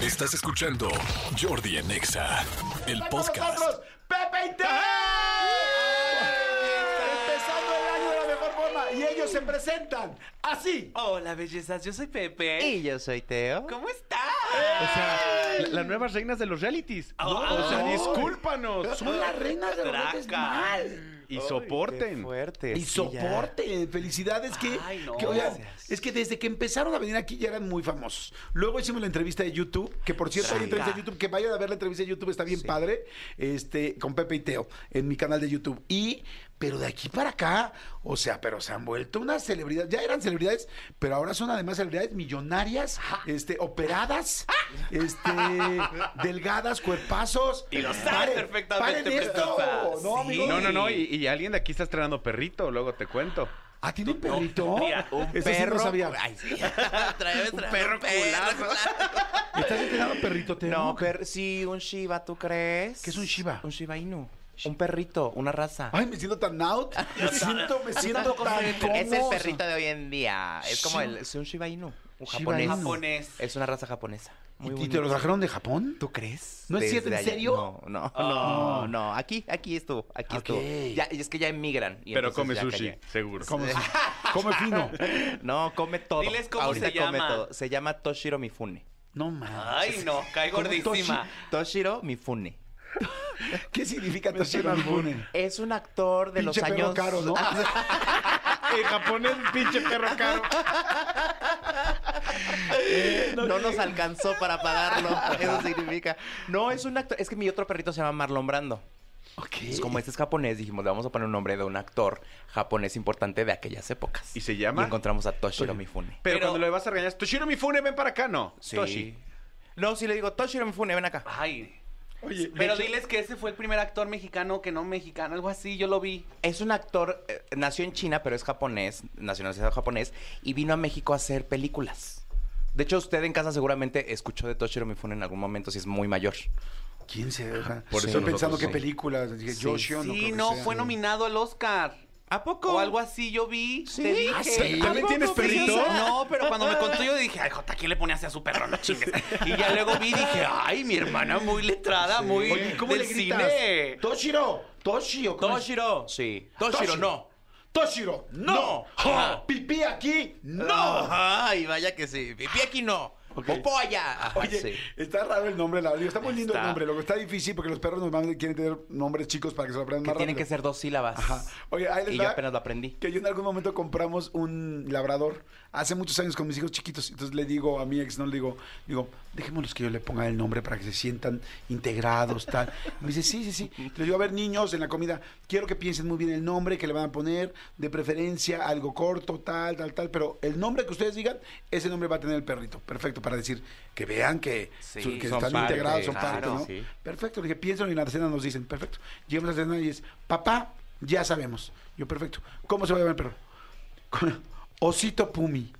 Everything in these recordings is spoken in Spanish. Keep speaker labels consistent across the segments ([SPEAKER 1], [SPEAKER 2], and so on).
[SPEAKER 1] Estás escuchando Jordi en EXA, el
[SPEAKER 2] Está con
[SPEAKER 1] podcast.
[SPEAKER 2] nosotros Pepe y Teo. Empezando el año de la mejor forma y ellos se presentan así.
[SPEAKER 3] Hola, bellezas, yo soy Pepe.
[SPEAKER 4] Y yo soy Teo.
[SPEAKER 3] ¿Cómo estás?
[SPEAKER 5] O sea, la- las nuevas reinas de los realities. ¿no?
[SPEAKER 3] Ay.
[SPEAKER 5] o sea, discúlpanos.
[SPEAKER 2] Son las reinas de los
[SPEAKER 3] Draca.
[SPEAKER 2] redes mal.
[SPEAKER 5] Y
[SPEAKER 4] Qué
[SPEAKER 5] soporten.
[SPEAKER 4] fuerte.
[SPEAKER 2] Y
[SPEAKER 4] sí, ya.
[SPEAKER 2] soporte, felicidades que,
[SPEAKER 3] Ay, no.
[SPEAKER 2] que, oigan,
[SPEAKER 4] Gracias.
[SPEAKER 2] es que desde que empezaron a venir aquí ya eran muy famosos. Luego hicimos la entrevista de YouTube, que por cierto hay
[SPEAKER 3] Sí.
[SPEAKER 2] entrevista de YouTube, que vayan a ver la entrevista de YouTube, está bien padre, este, con Pepe y Teo, en mi canal de YouTube. Y, pero de aquí para acá, o sea, pero se han vuelto unas celebridades, ya eran celebridades, pero ahora son además celebridades millonarias, este,
[SPEAKER 3] Ah.
[SPEAKER 2] operadas, este, delgadas, cuerpazos. Eh,
[SPEAKER 3] Y lo sabes
[SPEAKER 2] Paren-
[SPEAKER 3] perfectamente,
[SPEAKER 2] paren esto,
[SPEAKER 3] Pepe.
[SPEAKER 2] ¿no,
[SPEAKER 3] Sí.
[SPEAKER 2] amigo?
[SPEAKER 5] No, no, no. Y, y alguien de aquí está estrenando perrito, luego te cuento.
[SPEAKER 2] ¿Ah, tiene un perrito?
[SPEAKER 3] mira, un
[SPEAKER 2] Eso sí no
[SPEAKER 4] perro.
[SPEAKER 2] sabía.
[SPEAKER 4] Ay, sí.
[SPEAKER 3] Traeme, traeme,
[SPEAKER 5] perro culazo.
[SPEAKER 2] ¿Estás entrenando perrito, Teo?
[SPEAKER 4] No, pero sí, un Shiba, ¿tú crees?
[SPEAKER 2] ¿Qué es un Shiba?
[SPEAKER 4] Un Shiba Inu. Un perrito, una raza.
[SPEAKER 2] Ay, me siento tan out. Me siento, me siento tan cómodo.
[SPEAKER 4] es el perrito de hoy en día. Es como
[SPEAKER 2] Shiba-
[SPEAKER 4] el. Es un Shiba Inu. Un
[SPEAKER 2] Shiba
[SPEAKER 4] japonés.
[SPEAKER 2] Inu.
[SPEAKER 3] Japonés.
[SPEAKER 4] Es una raza japonesa. Muy
[SPEAKER 2] ¿Y te
[SPEAKER 4] bonita.
[SPEAKER 2] lo trajeron de Japón?
[SPEAKER 4] ¿Tú crees?
[SPEAKER 2] ¿No es
[SPEAKER 4] Desde
[SPEAKER 2] cierto? ¿En
[SPEAKER 4] allá-
[SPEAKER 2] serio?
[SPEAKER 4] No, no,
[SPEAKER 3] Oh.
[SPEAKER 4] no, no. Aquí, aquí estuvo, aquí
[SPEAKER 2] Ok.
[SPEAKER 4] estuvo. Ya, y es que ya emigran. y
[SPEAKER 5] Pero
[SPEAKER 4] entonces
[SPEAKER 5] come
[SPEAKER 4] ya
[SPEAKER 5] sushi,
[SPEAKER 4] cayó.
[SPEAKER 5] seguro.
[SPEAKER 2] Come, come fino.
[SPEAKER 4] No, come todo.
[SPEAKER 3] Diles cómo
[SPEAKER 4] Ahorita
[SPEAKER 3] se
[SPEAKER 4] come
[SPEAKER 3] llama.
[SPEAKER 4] todo. Se llama Toshiro Mifune.
[SPEAKER 2] No mames.
[SPEAKER 3] Ay, no, cae
[SPEAKER 2] Como un
[SPEAKER 3] gordísima.
[SPEAKER 4] Toshiro Mifune.
[SPEAKER 2] ¿Qué significa Toshiro Mifune?
[SPEAKER 4] Es un actor de los
[SPEAKER 2] Pinche perro
[SPEAKER 4] años.
[SPEAKER 2] caro, ¿no?
[SPEAKER 5] En japonés, pinche perro caro.
[SPEAKER 4] No nos alcanzó para pagarlo. Eso significa. No, es un actor. Es que mi otro perrito se llama Marlon Brando. Entonces, como este es japonés, dijimos, le vamos a poner un nombre de un actor japonés importante de aquellas épocas.
[SPEAKER 5] ¿Y se llama?
[SPEAKER 4] Y encontramos a Toshiro Mifune.
[SPEAKER 5] Pero,
[SPEAKER 3] Pero-
[SPEAKER 5] cuando lo vas a regañar, Toshiro Mifune, ven para acá, no.
[SPEAKER 4] Sí.
[SPEAKER 5] Toshi.
[SPEAKER 4] No, sí le digo, Toshiro Mifune, ven acá.
[SPEAKER 3] Ay.
[SPEAKER 5] Oye,
[SPEAKER 3] Pero diles que ese fue el primer actor mexicano que no mexicano, algo así, yo lo vi.
[SPEAKER 4] Es un actor, eh, nació en China, pero es japonés, nacionalizado japonés, y vino a México a hacer películas. De hecho, usted en casa seguramente escuchó de Toshiro Mifune en algún momento, si es muy mayor.
[SPEAKER 2] ¿Quién se deja? Estoy
[SPEAKER 5] Por eso nosotros
[SPEAKER 2] pensando qué
[SPEAKER 5] sí.
[SPEAKER 2] películas. Dije,
[SPEAKER 4] Sí.
[SPEAKER 2] Yoshio, no
[SPEAKER 3] sí,
[SPEAKER 2] creo que
[SPEAKER 3] no,
[SPEAKER 2] sea.
[SPEAKER 3] fue nominado al Oscar.
[SPEAKER 4] ¿A poco?
[SPEAKER 3] O algo así, yo vi. Te dije.
[SPEAKER 2] ¿Ah, sí?
[SPEAKER 5] ¿También tienes perrito?
[SPEAKER 3] No, pero cuando me contó yo dije, ay, Jota, ¿quién le pone así a su perro? No chingues. Y ya luego vi y dije, ay, mi hermana muy letrada, muy
[SPEAKER 2] Oye, ¿cómo
[SPEAKER 3] del
[SPEAKER 2] le gritas?
[SPEAKER 3] cine.
[SPEAKER 2] Toshiro. Toshio. ¿cómo es?
[SPEAKER 4] Toshiro. Sí. Toshiro, no.
[SPEAKER 2] Toshiro. No.
[SPEAKER 4] No.
[SPEAKER 2] Ja. Pipí aquí. No.
[SPEAKER 4] Ay, vaya que sí. Pipi aquí no. Popó allá. Ajá,
[SPEAKER 2] Oye,
[SPEAKER 4] sí.
[SPEAKER 2] está raro el nombre, la verdad. Está muy lindo el
[SPEAKER 4] Está.
[SPEAKER 2] nombre. Lo que está difícil porque los perros normalmente quieren tener nombres chicos para que se lo aprendan
[SPEAKER 4] Que
[SPEAKER 2] más
[SPEAKER 4] tienen
[SPEAKER 2] rápido.
[SPEAKER 4] que ser dos sílabas.
[SPEAKER 2] Ajá. Oye, ahí les
[SPEAKER 4] Y yo
[SPEAKER 2] va.
[SPEAKER 4] apenas lo aprendí.
[SPEAKER 2] Que yo en algún momento compramos un labrador hace muchos años con mis hijos chiquitos. Entonces le digo a mi ex, no le digo, digo, dejémoslos que yo le ponga el nombre para que se sientan integrados, tal. Y me dice, sí, sí, sí. Le digo, a ver, niños, en la comida, quiero que piensen muy bien el nombre que le van a poner, de preferencia algo corto, tal, tal, tal. Pero el nombre que ustedes digan, ese nombre va a tener el perrito. Perfecto, para decir que vean que,
[SPEAKER 4] Sí,
[SPEAKER 2] su- que
[SPEAKER 4] son
[SPEAKER 2] están
[SPEAKER 4] parte,
[SPEAKER 2] integrados, son
[SPEAKER 4] claro,
[SPEAKER 2] parte, ¿no?
[SPEAKER 4] sí.
[SPEAKER 2] Perfecto, le dije, pienso y en la cena nos dicen, perfecto. Llegamos a la cena y es, papá, ya sabemos. Yo, perfecto. ¿Cómo se va a llamar el perro? Con- Osito Pumi.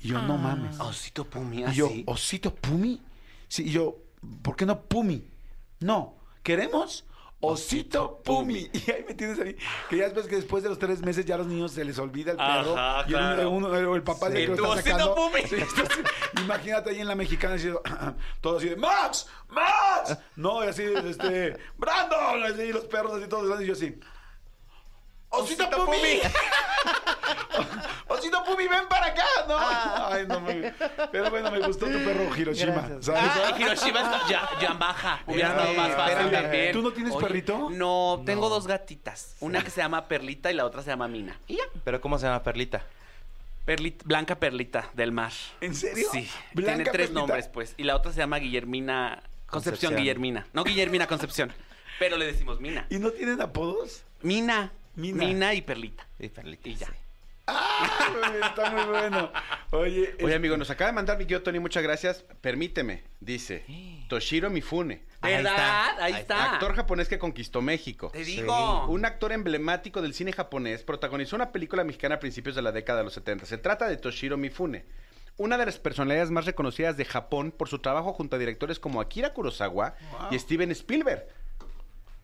[SPEAKER 2] Y yo, no mames.
[SPEAKER 3] Osito Pumi,
[SPEAKER 2] Y yo,
[SPEAKER 3] así.
[SPEAKER 2] ¿Osito Pumi? Sí, y yo, ¿por qué no Pumi? No, queremos Osito Pumi. Y ahí me tienes a mí, que ya después que después de los tres meses ya a los niños se les olvida el perro.
[SPEAKER 3] Ajá,
[SPEAKER 2] y el-
[SPEAKER 3] claro.
[SPEAKER 2] uno- o el papá de
[SPEAKER 3] Sí.
[SPEAKER 2] que lo
[SPEAKER 3] Y tú,
[SPEAKER 2] está
[SPEAKER 3] "Osito
[SPEAKER 2] sacando.
[SPEAKER 3] Pumi".
[SPEAKER 2] Sí, entonces, imagínate ahí en la mexicana diciendo, todo así de, ¡Max! ¡Max! No, y así, este, ¡Brandon! Así, y los perros así todos grandes y yo así. ¡Osito, Pumi! ¡Osito Pumi, ven para acá! No, ay, no me... Pero bueno, me gustó tu perro Hiroshima, ¿sabes?
[SPEAKER 3] Ay, Hiroshima está ya, ya baja. Hubiera
[SPEAKER 2] Espérame,
[SPEAKER 3] estado más fácil
[SPEAKER 2] espérame.
[SPEAKER 3] también.
[SPEAKER 2] ¿Tú no tienes perrito?
[SPEAKER 3] No, tengo dos gatitas. Una que se llama Perlita y la otra se llama Mina. Y ya.
[SPEAKER 4] Pero ¿cómo se llama Perlita?
[SPEAKER 3] Perlita- Blanca Perlita del Mar.
[SPEAKER 2] ¿En serio?
[SPEAKER 3] Sí.
[SPEAKER 2] Blanca
[SPEAKER 3] Tiene tres
[SPEAKER 2] Perlita.
[SPEAKER 3] nombres, pues. Y la otra se llama Guillermina. Concepción,
[SPEAKER 4] Concepción.
[SPEAKER 3] Guillermina. No Guillermina Concepción. Pero le decimos Mina.
[SPEAKER 2] ¿Y no tienen apodos?
[SPEAKER 3] Mina.
[SPEAKER 2] Mina.
[SPEAKER 3] Mina, y Perlita.
[SPEAKER 4] Sí, Perlita.
[SPEAKER 3] Y ya.
[SPEAKER 4] sí.
[SPEAKER 2] ¡Ah! Está muy bueno. Oye, este,
[SPEAKER 5] Oye,
[SPEAKER 2] es-
[SPEAKER 5] amigo, nos acaba de mandar mi tío Tony, muchas gracias. Permíteme, dice Toshiro Mifune,
[SPEAKER 4] Ahí está.
[SPEAKER 3] ¿Verdad? Ahí
[SPEAKER 4] Ahí
[SPEAKER 3] está.
[SPEAKER 5] actor japonés que conquistó México.
[SPEAKER 3] Te digo.
[SPEAKER 5] Un actor emblemático del cine japonés protagonizó una película mexicana a principios de la década de los 70. Se trata de Toshiro Mifune, una de las personalidades más reconocidas de Japón por su trabajo junto a directores como Akira Kurosawa y Steven Spielberg.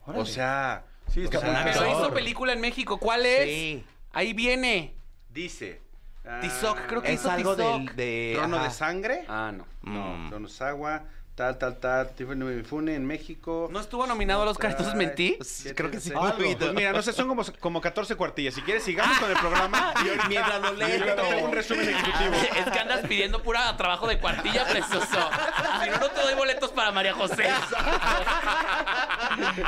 [SPEAKER 2] Órale.
[SPEAKER 5] O sea,
[SPEAKER 2] Sí, es
[SPEAKER 5] o sea,
[SPEAKER 2] japonés.
[SPEAKER 3] Pero
[SPEAKER 2] actor.
[SPEAKER 3] hizo película en México. ¿Cuál es?
[SPEAKER 4] Sí.
[SPEAKER 3] Ahí viene.
[SPEAKER 5] dice ah,
[SPEAKER 3] Tizoc, creo que
[SPEAKER 4] Es
[SPEAKER 3] hizo
[SPEAKER 4] algo
[SPEAKER 3] Tizoc.
[SPEAKER 4] del... De,
[SPEAKER 5] ¿Trono
[SPEAKER 4] ajá.
[SPEAKER 5] de sangre? Ah, no. No,
[SPEAKER 4] Mm.
[SPEAKER 5] Trono de agua. Tal, tal, tal. Tiffany Mifune en México.
[SPEAKER 3] ¿No estuvo nominado a los
[SPEAKER 5] Otra,
[SPEAKER 3] cartos mentí?
[SPEAKER 5] siete,
[SPEAKER 4] creo que sí.
[SPEAKER 5] algo.
[SPEAKER 4] Algo.
[SPEAKER 5] Pues mira, no sé, son como, como 14 cuartillas. Si quieres,
[SPEAKER 3] Ah.
[SPEAKER 5] sigamos con el programa. Y ahorita-
[SPEAKER 4] Mientras lo
[SPEAKER 5] y yo
[SPEAKER 4] leo.
[SPEAKER 5] tengo un resumen ejecutivo.
[SPEAKER 6] Es que andas pidiendo pura trabajo de cuartilla, precioso. Si no, no te doy boletos para María José.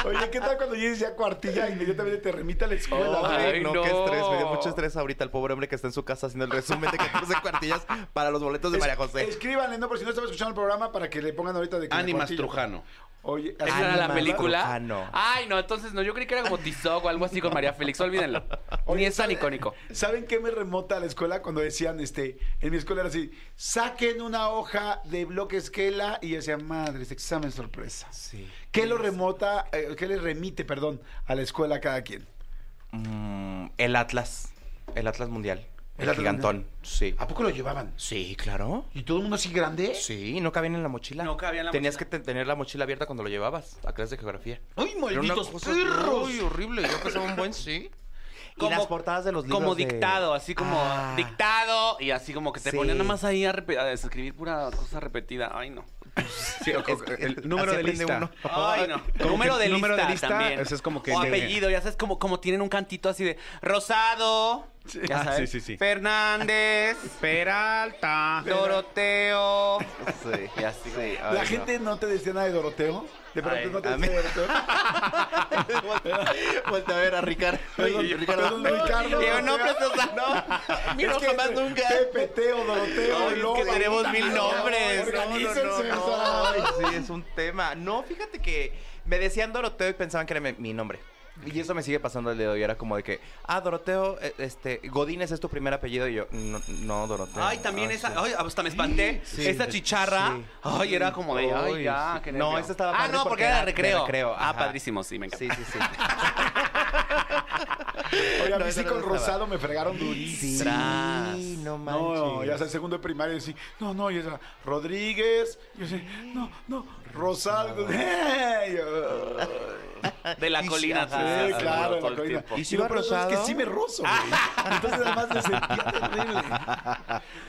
[SPEAKER 2] Oye, ¿qué tal cuando llegues ya a cuartilla? Inmediatamente te remite a la escuela. güey?
[SPEAKER 4] Ay, no,
[SPEAKER 6] no.
[SPEAKER 4] qué estrés. Me dio mucho estrés ahorita el pobre hombre que está en su casa haciendo el resumen de 14 cuartillas para los boletos de María José.
[SPEAKER 2] Escríbanle, no, por si no estaba escuchando el programa, para que le pongan ahorita
[SPEAKER 3] Ah.
[SPEAKER 2] de que.
[SPEAKER 5] Ánimas
[SPEAKER 2] cuartilla.
[SPEAKER 5] Trujano.
[SPEAKER 2] Oye,
[SPEAKER 6] ¿Esa era la
[SPEAKER 2] Ánimas.
[SPEAKER 6] película?
[SPEAKER 4] Trujano.
[SPEAKER 6] Ay, no, entonces no. Yo creí que era como Tizoc o algo así con María Félix. Olvídenlo. Ni
[SPEAKER 2] Oye,
[SPEAKER 6] es tan
[SPEAKER 2] ¿sabe-
[SPEAKER 6] icónico.
[SPEAKER 2] ¿Saben qué me remota a la escuela cuando decían, este, en mi escuela era así, saquen una hoja de bloque esquela y yo decía, madres, examen sorpresa.
[SPEAKER 4] Sí.
[SPEAKER 2] ¿Qué lo remota, eh, qué le remite, perdón, a la escuela a cada quien?
[SPEAKER 4] Mm, el Atlas. El Atlas Mundial.
[SPEAKER 2] ¿El
[SPEAKER 4] El,
[SPEAKER 2] Atlas
[SPEAKER 4] gigantón. Sí.
[SPEAKER 2] ¿A poco lo llevaban?
[SPEAKER 4] Sí, claro.
[SPEAKER 2] ¿Y todo el mundo así grande?
[SPEAKER 4] Sí, no cabían en la mochila.
[SPEAKER 3] No cabía en la
[SPEAKER 4] Tenías
[SPEAKER 3] mochila.
[SPEAKER 4] que te- tener la mochila abierta cuando lo llevabas a clases de geografía.
[SPEAKER 3] ¡Uy,
[SPEAKER 4] Era una
[SPEAKER 3] malditos
[SPEAKER 4] cosa-
[SPEAKER 3] perros!
[SPEAKER 4] Uy, horrible. Yo pensaba un buen sí.
[SPEAKER 3] Como-
[SPEAKER 4] y las portadas de los libros
[SPEAKER 3] Como
[SPEAKER 4] de-
[SPEAKER 3] dictado, así como
[SPEAKER 4] Ah.
[SPEAKER 3] dictado y así como que te
[SPEAKER 4] Sí.
[SPEAKER 3] ponían nada más ahí a, repe- a escribir pura cosa repetida. Ay, no.
[SPEAKER 5] Sí, o- o- el número
[SPEAKER 4] así
[SPEAKER 5] de
[SPEAKER 4] aprende
[SPEAKER 5] lista.
[SPEAKER 4] uno.
[SPEAKER 3] Ay, no.
[SPEAKER 5] Como
[SPEAKER 3] número,
[SPEAKER 5] que
[SPEAKER 3] de
[SPEAKER 5] número de
[SPEAKER 3] lista
[SPEAKER 5] lista,
[SPEAKER 3] también.
[SPEAKER 5] ese es como que
[SPEAKER 3] O
[SPEAKER 5] de-
[SPEAKER 3] apellido, ya sabes, como, como tienen un cantito así de Rosado. Ya
[SPEAKER 5] Ah,
[SPEAKER 3] sabes.
[SPEAKER 5] sí, sí, sí.
[SPEAKER 3] Fernández.
[SPEAKER 5] Peralta.
[SPEAKER 3] Doroteo.
[SPEAKER 4] Sí.
[SPEAKER 3] Y así. güey.
[SPEAKER 2] ¿La gente no. te decía nada de Doroteo? ¿De pronto
[SPEAKER 3] Ay,
[SPEAKER 2] no te
[SPEAKER 4] a mí-
[SPEAKER 2] decía de Doroteo?
[SPEAKER 4] Vuelta a ver a Ricardo.
[SPEAKER 2] Perdón, perdón, Ricardo.
[SPEAKER 3] Digo, no, preciosa,
[SPEAKER 4] no. Mira,
[SPEAKER 2] Es que
[SPEAKER 4] jamás nunca.
[SPEAKER 2] Pepe, Teo, Doroteo,
[SPEAKER 4] Ay, es
[SPEAKER 2] Lola,
[SPEAKER 4] que tenemos
[SPEAKER 2] puta
[SPEAKER 4] mil
[SPEAKER 2] madre,
[SPEAKER 4] nombres.
[SPEAKER 2] organícense, o sea.
[SPEAKER 4] Ay, sí, es un tema. No, fíjate que me decían Doroteo y pensaban que era mi, mi nombre. Y eso me sigue pasando el día de hoy. Era como de que, ah, Doroteo, eh, este, Godínez es tu primer apellido. Y yo, no, no Doroteo.
[SPEAKER 3] Ay, también
[SPEAKER 4] Ah,
[SPEAKER 3] esa.
[SPEAKER 4] sí.
[SPEAKER 3] Ay, hasta me espanté.
[SPEAKER 4] Sí.
[SPEAKER 3] Esa chicharra.
[SPEAKER 4] Sí.
[SPEAKER 3] Ay, era como de. Ay,
[SPEAKER 4] Ay,
[SPEAKER 3] ya.
[SPEAKER 4] sí.
[SPEAKER 3] qué
[SPEAKER 4] No,
[SPEAKER 3] nervio.
[SPEAKER 4] esa estaba
[SPEAKER 3] Ah,
[SPEAKER 4] padre
[SPEAKER 3] no,
[SPEAKER 4] porque
[SPEAKER 3] porque
[SPEAKER 4] era
[SPEAKER 3] era de
[SPEAKER 4] de
[SPEAKER 3] recreo.
[SPEAKER 4] recreo,
[SPEAKER 3] Ah,
[SPEAKER 4] ajá.
[SPEAKER 3] padrísimo, sí, me encanta.
[SPEAKER 4] Sí, sí, sí.
[SPEAKER 2] Oye, a mí
[SPEAKER 4] No,
[SPEAKER 2] sí
[SPEAKER 4] eso no
[SPEAKER 2] con
[SPEAKER 4] estaba.
[SPEAKER 2] Rosado me fregaron
[SPEAKER 4] Sí,
[SPEAKER 2] durísimo.
[SPEAKER 3] Tras.
[SPEAKER 4] no manches.
[SPEAKER 2] No, ya sea segundo de primaria, sí. No, no, y esa, Rodríguez. Yo sé, no, no, Rosado. Ey, yo,
[SPEAKER 3] De la
[SPEAKER 4] Y
[SPEAKER 3] colina.
[SPEAKER 4] sí,
[SPEAKER 2] Sí,
[SPEAKER 3] sí, sí,
[SPEAKER 2] claro,
[SPEAKER 3] todo
[SPEAKER 2] la
[SPEAKER 3] el
[SPEAKER 2] colina.
[SPEAKER 3] tiempo.
[SPEAKER 4] ¿Y si
[SPEAKER 2] Y lo
[SPEAKER 4] iba
[SPEAKER 2] peor de todo Es que
[SPEAKER 4] rosado?
[SPEAKER 2] sí me rozo, güey. Entonces, además, me sentía terrible.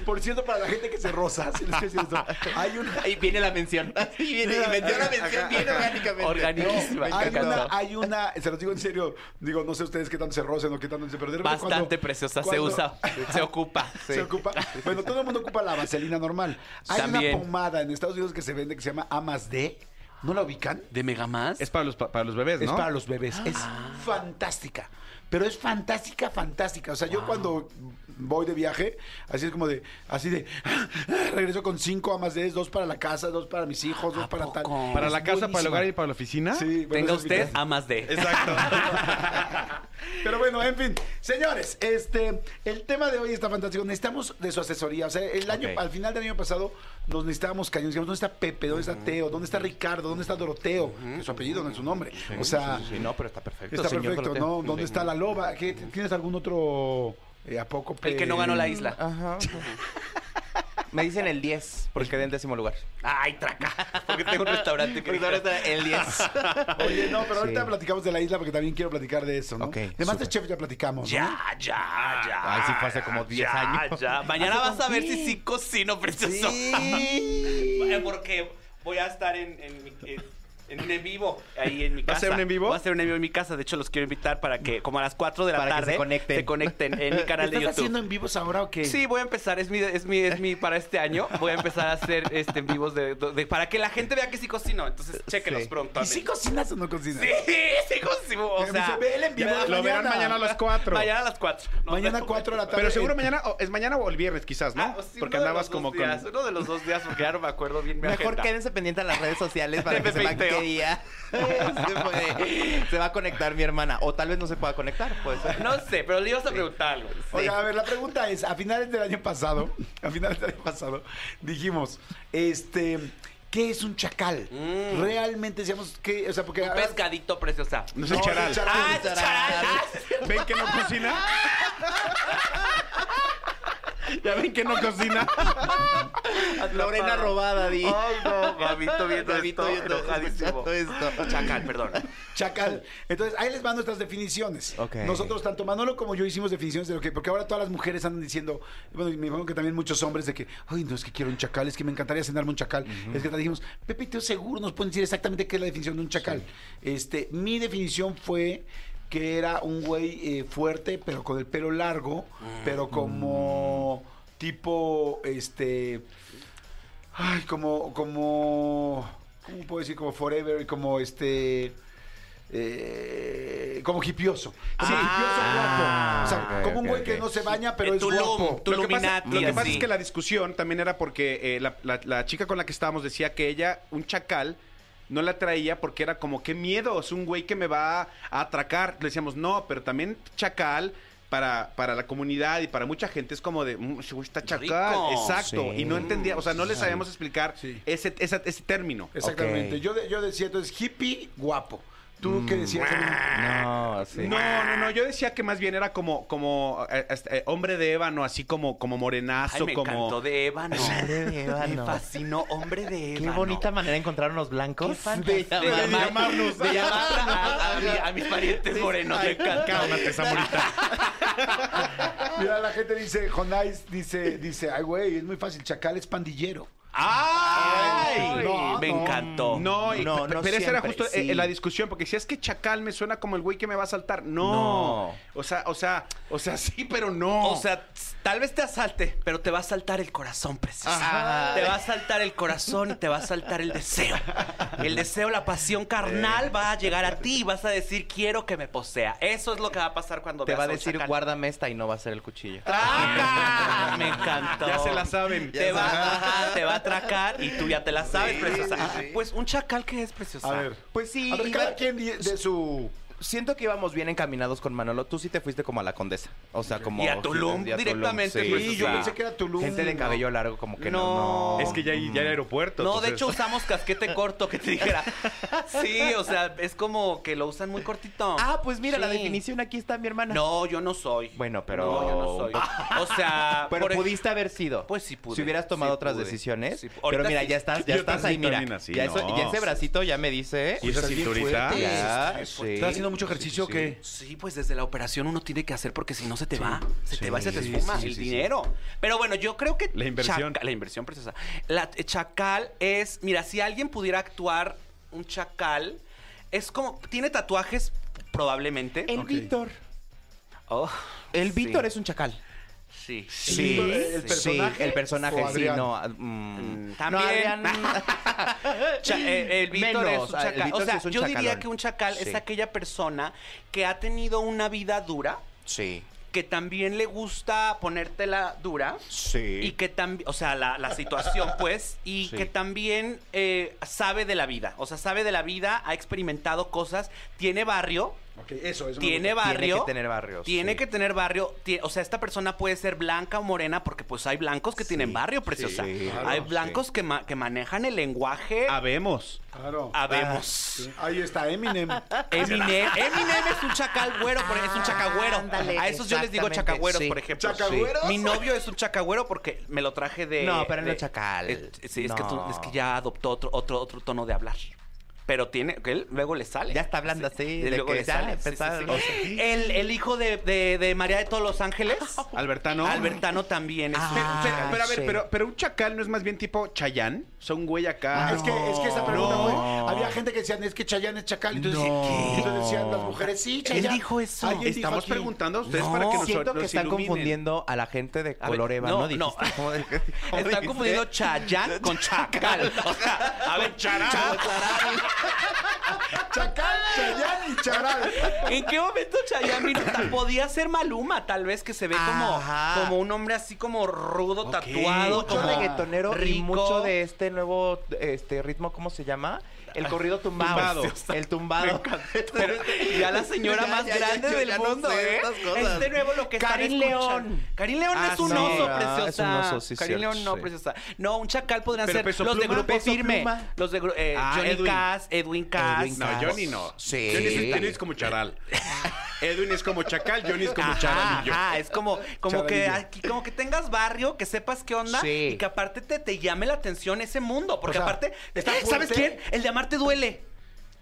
[SPEAKER 2] Por cierto, para la gente que se roza, si les estoy diciendo esto, hay una...
[SPEAKER 4] Ahí viene la mención. Ahí viene, y metió la mención bien orgánicamente.
[SPEAKER 6] Organiquísima.
[SPEAKER 2] Hay
[SPEAKER 4] encantó.
[SPEAKER 2] una, hay una, se los digo en serio, digo, no sé ustedes qué tanto se rocen o qué tanto se pero de repente cuando-
[SPEAKER 6] Bastante preciosa. Se
[SPEAKER 2] cuando-
[SPEAKER 6] usa. Se ocupa.
[SPEAKER 2] Se ocupa. Bueno, todo el mundo ocupa la vaselina normal. Hay
[SPEAKER 6] También.
[SPEAKER 2] una pomada en Estados Unidos que se vende que se llama Amas D. ¿No la ubican?
[SPEAKER 6] ¿De Megamás?
[SPEAKER 5] Es para los, pa- para los bebés, ¿no?
[SPEAKER 2] Es para los bebés. Es
[SPEAKER 6] Ah.
[SPEAKER 2] fantástica. Pero es fantástica, fantástica. O sea, yo cuando voy de viaje, así es como de, así de, regreso con cinco amas de dos para la casa, dos para mis hijos, dos para tal.
[SPEAKER 6] poco?
[SPEAKER 5] ¿Para
[SPEAKER 2] Es
[SPEAKER 5] la casa, para el hogar y para la oficina.
[SPEAKER 2] buenísima. Sí, bueno,
[SPEAKER 6] Tenga
[SPEAKER 2] eso es mi
[SPEAKER 6] usted
[SPEAKER 2] casa.
[SPEAKER 6] a más de.
[SPEAKER 2] Pero bueno, en fin, señores, este, el tema de hoy está fantástico. Necesitamos de su asesoría. O sea, el año,
[SPEAKER 4] Ok.
[SPEAKER 2] al final del año pasado, nos necesitábamos cañones. Dijimos, ¿dónde está Pepe? ¿Dónde está Teo? ¿Dónde está Ricardo? ¿Dónde está Doroteo? Que es su apellido, no es su nombre. O sea,
[SPEAKER 4] Sí, sí, no, pero está perfecto.
[SPEAKER 2] está
[SPEAKER 4] señor
[SPEAKER 2] perfecto,
[SPEAKER 4] Doroteo.
[SPEAKER 2] ¿no? ¿Dónde está la loba? ¿Qué- ¿Tienes algún otro eh, a poco?
[SPEAKER 3] El que no ganó la isla.
[SPEAKER 4] Ajá. Me dicen el 10, porque quedé en décimo lugar.
[SPEAKER 3] Ay, traca. Porque tengo un restaurante que
[SPEAKER 4] el 10.
[SPEAKER 2] Oye, no, pero ahorita
[SPEAKER 4] Sí.
[SPEAKER 2] platicamos de la isla porque también quiero platicar de eso, ¿no?
[SPEAKER 4] Ok,
[SPEAKER 2] de Masterchef ya platicamos. ¿no?
[SPEAKER 3] Ya, ya, ya.
[SPEAKER 4] Ay, sí, fue hace como 10
[SPEAKER 3] ya,
[SPEAKER 4] años.
[SPEAKER 3] Ya, Mañana
[SPEAKER 4] ¿Hace
[SPEAKER 3] vas a ver
[SPEAKER 4] cuánto?
[SPEAKER 3] si sí cocino, precioso. Eh, Porque voy a estar en, en, mi- en- en un en vivo ahí en mi
[SPEAKER 5] ¿Va a
[SPEAKER 3] casa.
[SPEAKER 5] ser un en vivo?
[SPEAKER 3] Va a ser un en vivo en mi casa. De hecho, los quiero invitar para que, como a las 4 de la
[SPEAKER 4] Para que
[SPEAKER 3] tarde,
[SPEAKER 4] se conecten.
[SPEAKER 3] conecten en mi canal de
[SPEAKER 2] ¿Estás
[SPEAKER 3] YouTube.
[SPEAKER 2] haciendo en vivos ahora o qué?
[SPEAKER 3] Sí, voy a empezar, es mi, es mi, es mi, para este año, voy a empezar a hacer este en vivos de, de- para que la gente vea que sí cocino, entonces chéquenos
[SPEAKER 4] Sí.
[SPEAKER 3] pronto.
[SPEAKER 2] ¿Y si cocinas o no cocinas?
[SPEAKER 3] Sí, sí cocino, o
[SPEAKER 2] Pero me
[SPEAKER 3] sea,
[SPEAKER 2] dice, "Ve el en vivo
[SPEAKER 3] ya-
[SPEAKER 2] de
[SPEAKER 5] Lo verán
[SPEAKER 2] Mañana.
[SPEAKER 5] mañana a las 4.
[SPEAKER 3] Mañana a las 4.
[SPEAKER 2] Mañana 4 de la tarde.
[SPEAKER 5] Pero seguro mañana, o- es mañana o el viernes quizás, ¿no?
[SPEAKER 3] Ah,
[SPEAKER 5] Porque andabas como con...
[SPEAKER 3] días, Uno de los dos días, porque ya no me acuerdo bien mi
[SPEAKER 4] Mejor
[SPEAKER 3] agenda.
[SPEAKER 4] quédense pendientes a las redes sociales para que
[SPEAKER 3] Pepe
[SPEAKER 4] sepan
[SPEAKER 3] y Teo.
[SPEAKER 4] qué día se, puede- se va a conectar mi hermana. O tal vez no se pueda conectar, pues. puede ser.
[SPEAKER 3] No sé, pero le ibas a preguntar algo.
[SPEAKER 2] Oiga, a ver, la pregunta es, a finales del año pasado, a finales del año pasado, dijimos, este, ¿qué es un chacal?
[SPEAKER 5] Mm.
[SPEAKER 2] Realmente decíamos que, o sea, porque...
[SPEAKER 3] Un pescadito preciosa.
[SPEAKER 5] No
[SPEAKER 2] No,
[SPEAKER 5] sé,
[SPEAKER 2] es
[SPEAKER 5] charal. Ah,
[SPEAKER 2] un charal.
[SPEAKER 3] ¡Ah, charal!
[SPEAKER 5] ¿Ven que no cocina? ¿Ya ven que no cocina?
[SPEAKER 4] Lorena robada, di.
[SPEAKER 5] Ay, no,
[SPEAKER 3] Gabito viendo esto,
[SPEAKER 4] Gabito viendo-
[SPEAKER 3] enojadísimo.
[SPEAKER 4] esto.
[SPEAKER 3] Chacal, perdón.
[SPEAKER 2] Chacal. Entonces, ahí les van nuestras definiciones.
[SPEAKER 4] Ok.
[SPEAKER 2] Nosotros, tanto Manolo como yo, hicimos definiciones de lo que. Porque ahora todas las mujeres andan diciendo. Bueno, y me imagino que también muchos hombres de que. Ay, no, es que quiero un chacal, es que me encantaría cenarme un chacal. Es que te dijimos, Pepe, y Teo seguro nos pueden decir exactamente qué es la definición de un chacal. Este, mi definición fue que era un güey eh, fuerte, pero con el pelo largo, pero como. Tipo, este. Ay, como, como, ¿cómo puedo decir? Como forever, como este, eh, como hipioso. Como
[SPEAKER 3] Ah,
[SPEAKER 2] hipioso guapo. O sea,
[SPEAKER 4] ok,
[SPEAKER 2] como un
[SPEAKER 4] ok,
[SPEAKER 2] güey
[SPEAKER 4] ok.
[SPEAKER 2] que no se baña, pero es
[SPEAKER 3] Tulum,
[SPEAKER 2] guapo.
[SPEAKER 3] Tulum.
[SPEAKER 5] Lo que, pasa,
[SPEAKER 3] Illuminati,
[SPEAKER 5] lo que pasa
[SPEAKER 3] así.
[SPEAKER 5] es que la discusión también era porque eh, la, la- la chica con la que estábamos decía que ella, un chacal, no la traía porque era como, qué miedo, es un güey que me va a atracar. Le decíamos, no, pero también chacal para, para la comunidad y para mucha gente es como de, "Mm, ese güey está chacal.
[SPEAKER 3] Rico.
[SPEAKER 5] Exacto.
[SPEAKER 4] Sí.
[SPEAKER 5] Y no entendía, o sea, no le sabíamos explicar
[SPEAKER 2] Sí.
[SPEAKER 5] ese, esa- ese término.
[SPEAKER 2] Exactamente.
[SPEAKER 4] Ok.
[SPEAKER 2] Yo, de- yo decía entonces hippie guapo. ¿Tú qué decías?
[SPEAKER 4] No, sí.
[SPEAKER 5] No, no, no, yo decía que más bien era como, como eh, este, eh, hombre de ébano, así como, como morenazo,
[SPEAKER 3] Ay, me
[SPEAKER 5] como...
[SPEAKER 3] encantó de ébano.
[SPEAKER 4] Hombre de ébano.
[SPEAKER 3] Me fascinó, hombre de
[SPEAKER 4] Qué
[SPEAKER 3] ébano.
[SPEAKER 4] bonita manera de encontrar unos blancos.
[SPEAKER 6] De, llamar- de llamar a, a mi- a mis parientes morenos. Me encanta.
[SPEAKER 5] Cálmate, Samuelita.
[SPEAKER 2] Mira, la gente dice, Jonais dice, dice, ay güey, es muy fácil, chacal es pandillero.
[SPEAKER 5] ¡Ay!
[SPEAKER 3] Ay,
[SPEAKER 2] No,
[SPEAKER 3] me
[SPEAKER 2] no.
[SPEAKER 3] encantó.
[SPEAKER 5] No, y-
[SPEAKER 4] No,
[SPEAKER 5] pe-
[SPEAKER 4] no
[SPEAKER 5] pero esa era
[SPEAKER 4] siempre,
[SPEAKER 5] justo eh,
[SPEAKER 4] sí.
[SPEAKER 5] la discusión, porque si es que Chacal me suena como el güey que me va a saltar. No.
[SPEAKER 4] No.
[SPEAKER 5] O sea, o sea, o sea, sí, pero no.
[SPEAKER 3] O sea, tss, tal vez te asalte, pero te va a saltar el corazón, preciosa.
[SPEAKER 4] Ajá.
[SPEAKER 3] Te va a saltar el corazón y te va a saltar el deseo. El deseo, la pasión carnal va a llegar a ti y vas a decir, quiero que me posea. Eso es lo que va a pasar cuando
[SPEAKER 4] Te
[SPEAKER 3] veas
[SPEAKER 4] va a
[SPEAKER 3] un
[SPEAKER 4] decir,
[SPEAKER 3] chacal.
[SPEAKER 4] guárdame esta y no va a ser el cuchillo.
[SPEAKER 3] ¡Traca! Me encantó.
[SPEAKER 5] Ya se la saben.
[SPEAKER 3] Te
[SPEAKER 5] Ya
[SPEAKER 3] va,
[SPEAKER 5] se-
[SPEAKER 3] ajá, te va a atracar y tú ya te la sabes, preciosa. Pues un chacal que es preciosa.
[SPEAKER 2] A ver.
[SPEAKER 4] Pues sí,
[SPEAKER 2] A ver,
[SPEAKER 4] iba-
[SPEAKER 2] cada quien di- de su...
[SPEAKER 4] siento que íbamos bien encaminados con Manolo. Tú sí te fuiste como a la condesa. O sea, como.
[SPEAKER 3] Y a Tulum,
[SPEAKER 4] y a
[SPEAKER 3] directamente,
[SPEAKER 4] sí,
[SPEAKER 3] pues,
[SPEAKER 4] sí.
[SPEAKER 3] o sea, yo pensé
[SPEAKER 2] que era Tulum,
[SPEAKER 4] Gente de
[SPEAKER 2] no.
[SPEAKER 4] cabello largo, como que
[SPEAKER 3] No.
[SPEAKER 4] no. no.
[SPEAKER 5] Es que ya hay, ya hay aeropuerto.
[SPEAKER 3] No, de
[SPEAKER 5] entonces-
[SPEAKER 3] hecho usamos casquete corto, que te dijera. Sí, o sea, es como que lo usan muy cortito.
[SPEAKER 4] Ah, pues mira, la
[SPEAKER 3] Sí.
[SPEAKER 4] definición aquí está, mi hermana.
[SPEAKER 3] No, yo no soy.
[SPEAKER 4] Bueno, pero-
[SPEAKER 3] No, yo no soy. O sea...
[SPEAKER 4] Pero
[SPEAKER 3] por ej-
[SPEAKER 4] pudiste haber sido.
[SPEAKER 3] Pues sí pude,
[SPEAKER 4] Si hubieras tomado
[SPEAKER 3] sí
[SPEAKER 4] otras
[SPEAKER 3] pude,
[SPEAKER 4] decisiones.
[SPEAKER 3] sí pude.
[SPEAKER 4] pero
[SPEAKER 3] Ahorita
[SPEAKER 4] mira,
[SPEAKER 3] sí-
[SPEAKER 4] ya estás, ya
[SPEAKER 5] yo
[SPEAKER 4] estás ahí,
[SPEAKER 5] también,
[SPEAKER 4] mira.
[SPEAKER 5] Tamina, sí,
[SPEAKER 4] ya, eso-
[SPEAKER 5] no.
[SPEAKER 4] ya ese bracito ya me dice. ¿eh?
[SPEAKER 5] ¿Y esa
[SPEAKER 2] Estás bien
[SPEAKER 5] cinturita?
[SPEAKER 2] fuerte.
[SPEAKER 4] Ya, sí.
[SPEAKER 2] ¿Estás haciendo mucho ejercicio o qué?
[SPEAKER 3] Sí, pues desde la operación uno tiene que hacer porque si no se te va, se te va y se te esfuma el dinero. Pero bueno, yo creo que...
[SPEAKER 5] La inversión.
[SPEAKER 3] Chaca- la inversión, preciosa. La eh, chacal es... Mira, si alguien pudiera actuar un chacal, es como... Tiene tatuajes, probablemente.
[SPEAKER 4] El
[SPEAKER 2] Ok.
[SPEAKER 4] Víctor.
[SPEAKER 3] Oh,
[SPEAKER 4] El
[SPEAKER 3] sí,
[SPEAKER 4] Víctor es un chacal.
[SPEAKER 3] Sí. eh,
[SPEAKER 2] Sí, el personaje
[SPEAKER 4] el
[SPEAKER 2] o
[SPEAKER 4] personaje, sí,
[SPEAKER 2] Adrián.
[SPEAKER 4] no. ah, mm.
[SPEAKER 3] También.
[SPEAKER 4] No, Adrián.
[SPEAKER 3] Cha- eh, el Víctor
[SPEAKER 4] Menos,
[SPEAKER 3] es un
[SPEAKER 4] ah, el
[SPEAKER 3] chacal.
[SPEAKER 4] Víctor
[SPEAKER 3] O
[SPEAKER 4] sí
[SPEAKER 3] sea,
[SPEAKER 4] es un
[SPEAKER 3] yo diría
[SPEAKER 4] chacalón.
[SPEAKER 3] que un chacal es
[SPEAKER 4] Sí.
[SPEAKER 3] aquella persona que ha tenido una vida dura,
[SPEAKER 4] Sí.
[SPEAKER 3] que también le gusta ponértela dura.
[SPEAKER 4] Sí.
[SPEAKER 3] Y que también, o sea, la, la situación, pues, y
[SPEAKER 4] Sí.
[SPEAKER 3] que también eh, sabe de la vida, o sea, sabe de la vida, ha experimentado cosas, tiene barrio,
[SPEAKER 2] Ok, eso, eso. me
[SPEAKER 3] tiene
[SPEAKER 2] gusta.
[SPEAKER 3] barrio.
[SPEAKER 4] que tener barrio,
[SPEAKER 3] Tiene
[SPEAKER 4] Pues sí.
[SPEAKER 3] que tener barrio. ti- o sea, esta persona puede ser blanca o morena porque pues hay blancos que tienen barrio, preciosa.
[SPEAKER 4] sí,
[SPEAKER 3] hay
[SPEAKER 4] claro,
[SPEAKER 3] blancos que, ma- que manejan el
[SPEAKER 5] eh,
[SPEAKER 3] lenguaje.
[SPEAKER 5] Habemos.
[SPEAKER 2] Claro. Ah,
[SPEAKER 3] Habemos.
[SPEAKER 2] Sí. Ahí está Eminem.
[SPEAKER 3] Eminem, Eminem es un chacal güero, por- es un chacagüero.
[SPEAKER 4] Ándale,
[SPEAKER 3] A esos yo les digo
[SPEAKER 4] exactamente,
[SPEAKER 3] chacagüeros,
[SPEAKER 4] sí.
[SPEAKER 3] por ejemplo.
[SPEAKER 2] ¿Chacagüeros?
[SPEAKER 3] Mi novio es un chacagüero porque me lo traje de.
[SPEAKER 4] No, pero no
[SPEAKER 3] de-
[SPEAKER 4] es chacal.
[SPEAKER 3] Eh, sí, es, que tú-
[SPEAKER 4] No.
[SPEAKER 3] es que ya adoptó otro, otro, otro tono de hablar. Pero tiene, que él luego le sale.
[SPEAKER 4] Ya está hablando así,
[SPEAKER 3] Y
[SPEAKER 4] de
[SPEAKER 3] luego
[SPEAKER 4] que
[SPEAKER 3] le
[SPEAKER 4] ya
[SPEAKER 3] sale. sí,
[SPEAKER 4] empezar-
[SPEAKER 3] sí, sí.
[SPEAKER 4] eh,
[SPEAKER 3] El, el hijo de, de- de María de todos los Ángeles,
[SPEAKER 5] Albertano.
[SPEAKER 3] Albertano también es.
[SPEAKER 5] Pero,
[SPEAKER 4] Ah,
[SPEAKER 5] pero- pero a ver,
[SPEAKER 4] sí.
[SPEAKER 5] pero, pero un chacal no es más bien tipo Chayán. O sea, un güey acá.
[SPEAKER 2] Ah, es, que, es que esa pregunta
[SPEAKER 5] No.
[SPEAKER 2] fue. Había gente que decían, es que Chayanne es chacal. Entonces,
[SPEAKER 4] No.
[SPEAKER 2] ¿qué? Entonces decían las mujeres, sí, Chayanne.
[SPEAKER 3] dijo eso.
[SPEAKER 2] Alguien dijo
[SPEAKER 5] Estamos
[SPEAKER 2] aquí.
[SPEAKER 5] preguntando a ustedes para que nos
[SPEAKER 4] Siento que
[SPEAKER 5] nos
[SPEAKER 4] están
[SPEAKER 5] iluminen.
[SPEAKER 4] confundiendo a la gente de
[SPEAKER 3] A ver,
[SPEAKER 4] color ébano.
[SPEAKER 3] no,
[SPEAKER 4] dijiste.
[SPEAKER 3] no.
[SPEAKER 4] ¿Cómo de- cómo
[SPEAKER 3] Están
[SPEAKER 4] dijiste?
[SPEAKER 3] confundiendo Chayán con Chacal. O sea, a ver, Charal.
[SPEAKER 2] Chacal, Chayanne y Charal.
[SPEAKER 3] ¿En qué momento Chayanne vino? Ta- Podía ser Maluma, tal vez, que se ve como,
[SPEAKER 4] Ajá.
[SPEAKER 3] como un hombre así como rudo, tatuado,
[SPEAKER 4] mucho
[SPEAKER 3] como
[SPEAKER 4] reggaetonero y
[SPEAKER 3] rico.
[SPEAKER 4] mucho de este nuevo este ritmo, ¿cómo se llama? El corrido tumbado.
[SPEAKER 5] Tumbado.
[SPEAKER 4] El tumbado.
[SPEAKER 3] Pero ya la señora
[SPEAKER 4] Ya,
[SPEAKER 3] más
[SPEAKER 4] ya, ya,
[SPEAKER 3] grande
[SPEAKER 4] yo
[SPEAKER 3] del
[SPEAKER 4] ya no
[SPEAKER 3] mundo,
[SPEAKER 4] sé
[SPEAKER 3] ¿eh?
[SPEAKER 4] estas cosas.
[SPEAKER 3] Es de nuevo lo que
[SPEAKER 4] Karin
[SPEAKER 3] están escuchando.
[SPEAKER 4] León.
[SPEAKER 3] Karin León
[SPEAKER 4] Ah,
[SPEAKER 3] es un
[SPEAKER 4] sí.
[SPEAKER 3] oso,
[SPEAKER 4] Ah,
[SPEAKER 3] preciosa.
[SPEAKER 4] es un oso, sí,
[SPEAKER 3] Karin
[SPEAKER 4] cierto,
[SPEAKER 3] León no,
[SPEAKER 4] sí.
[SPEAKER 3] preciosa. No, un chacal podrían
[SPEAKER 5] Pero
[SPEAKER 3] ser
[SPEAKER 5] Peso
[SPEAKER 3] los de
[SPEAKER 5] Pluma,
[SPEAKER 3] Grupo
[SPEAKER 5] Peso
[SPEAKER 3] Firme.
[SPEAKER 4] Pluma.
[SPEAKER 3] Los de gru- eh,
[SPEAKER 5] Ah,
[SPEAKER 3] Johnny
[SPEAKER 5] Edwin.
[SPEAKER 3] Cass, Edwin Cass.
[SPEAKER 4] Edwin
[SPEAKER 5] No,
[SPEAKER 4] Cass.
[SPEAKER 5] Johnny no.
[SPEAKER 4] Sí.
[SPEAKER 5] Johnny es, Johnny es como charal. Edwin es como chacal, Johnny es como
[SPEAKER 3] Ajá,
[SPEAKER 5] charanillo.
[SPEAKER 3] ajá, es como, como que
[SPEAKER 2] Charanillo.
[SPEAKER 3] aquí, como que tengas barrio, que sepas qué onda
[SPEAKER 4] Sí.
[SPEAKER 3] y que aparte te, te llame la atención ese mundo. Porque
[SPEAKER 2] O sea,
[SPEAKER 3] aparte,
[SPEAKER 2] está
[SPEAKER 3] ¡Eh! ¿sabes
[SPEAKER 2] fuerte.
[SPEAKER 3] quién? El de amarte duele.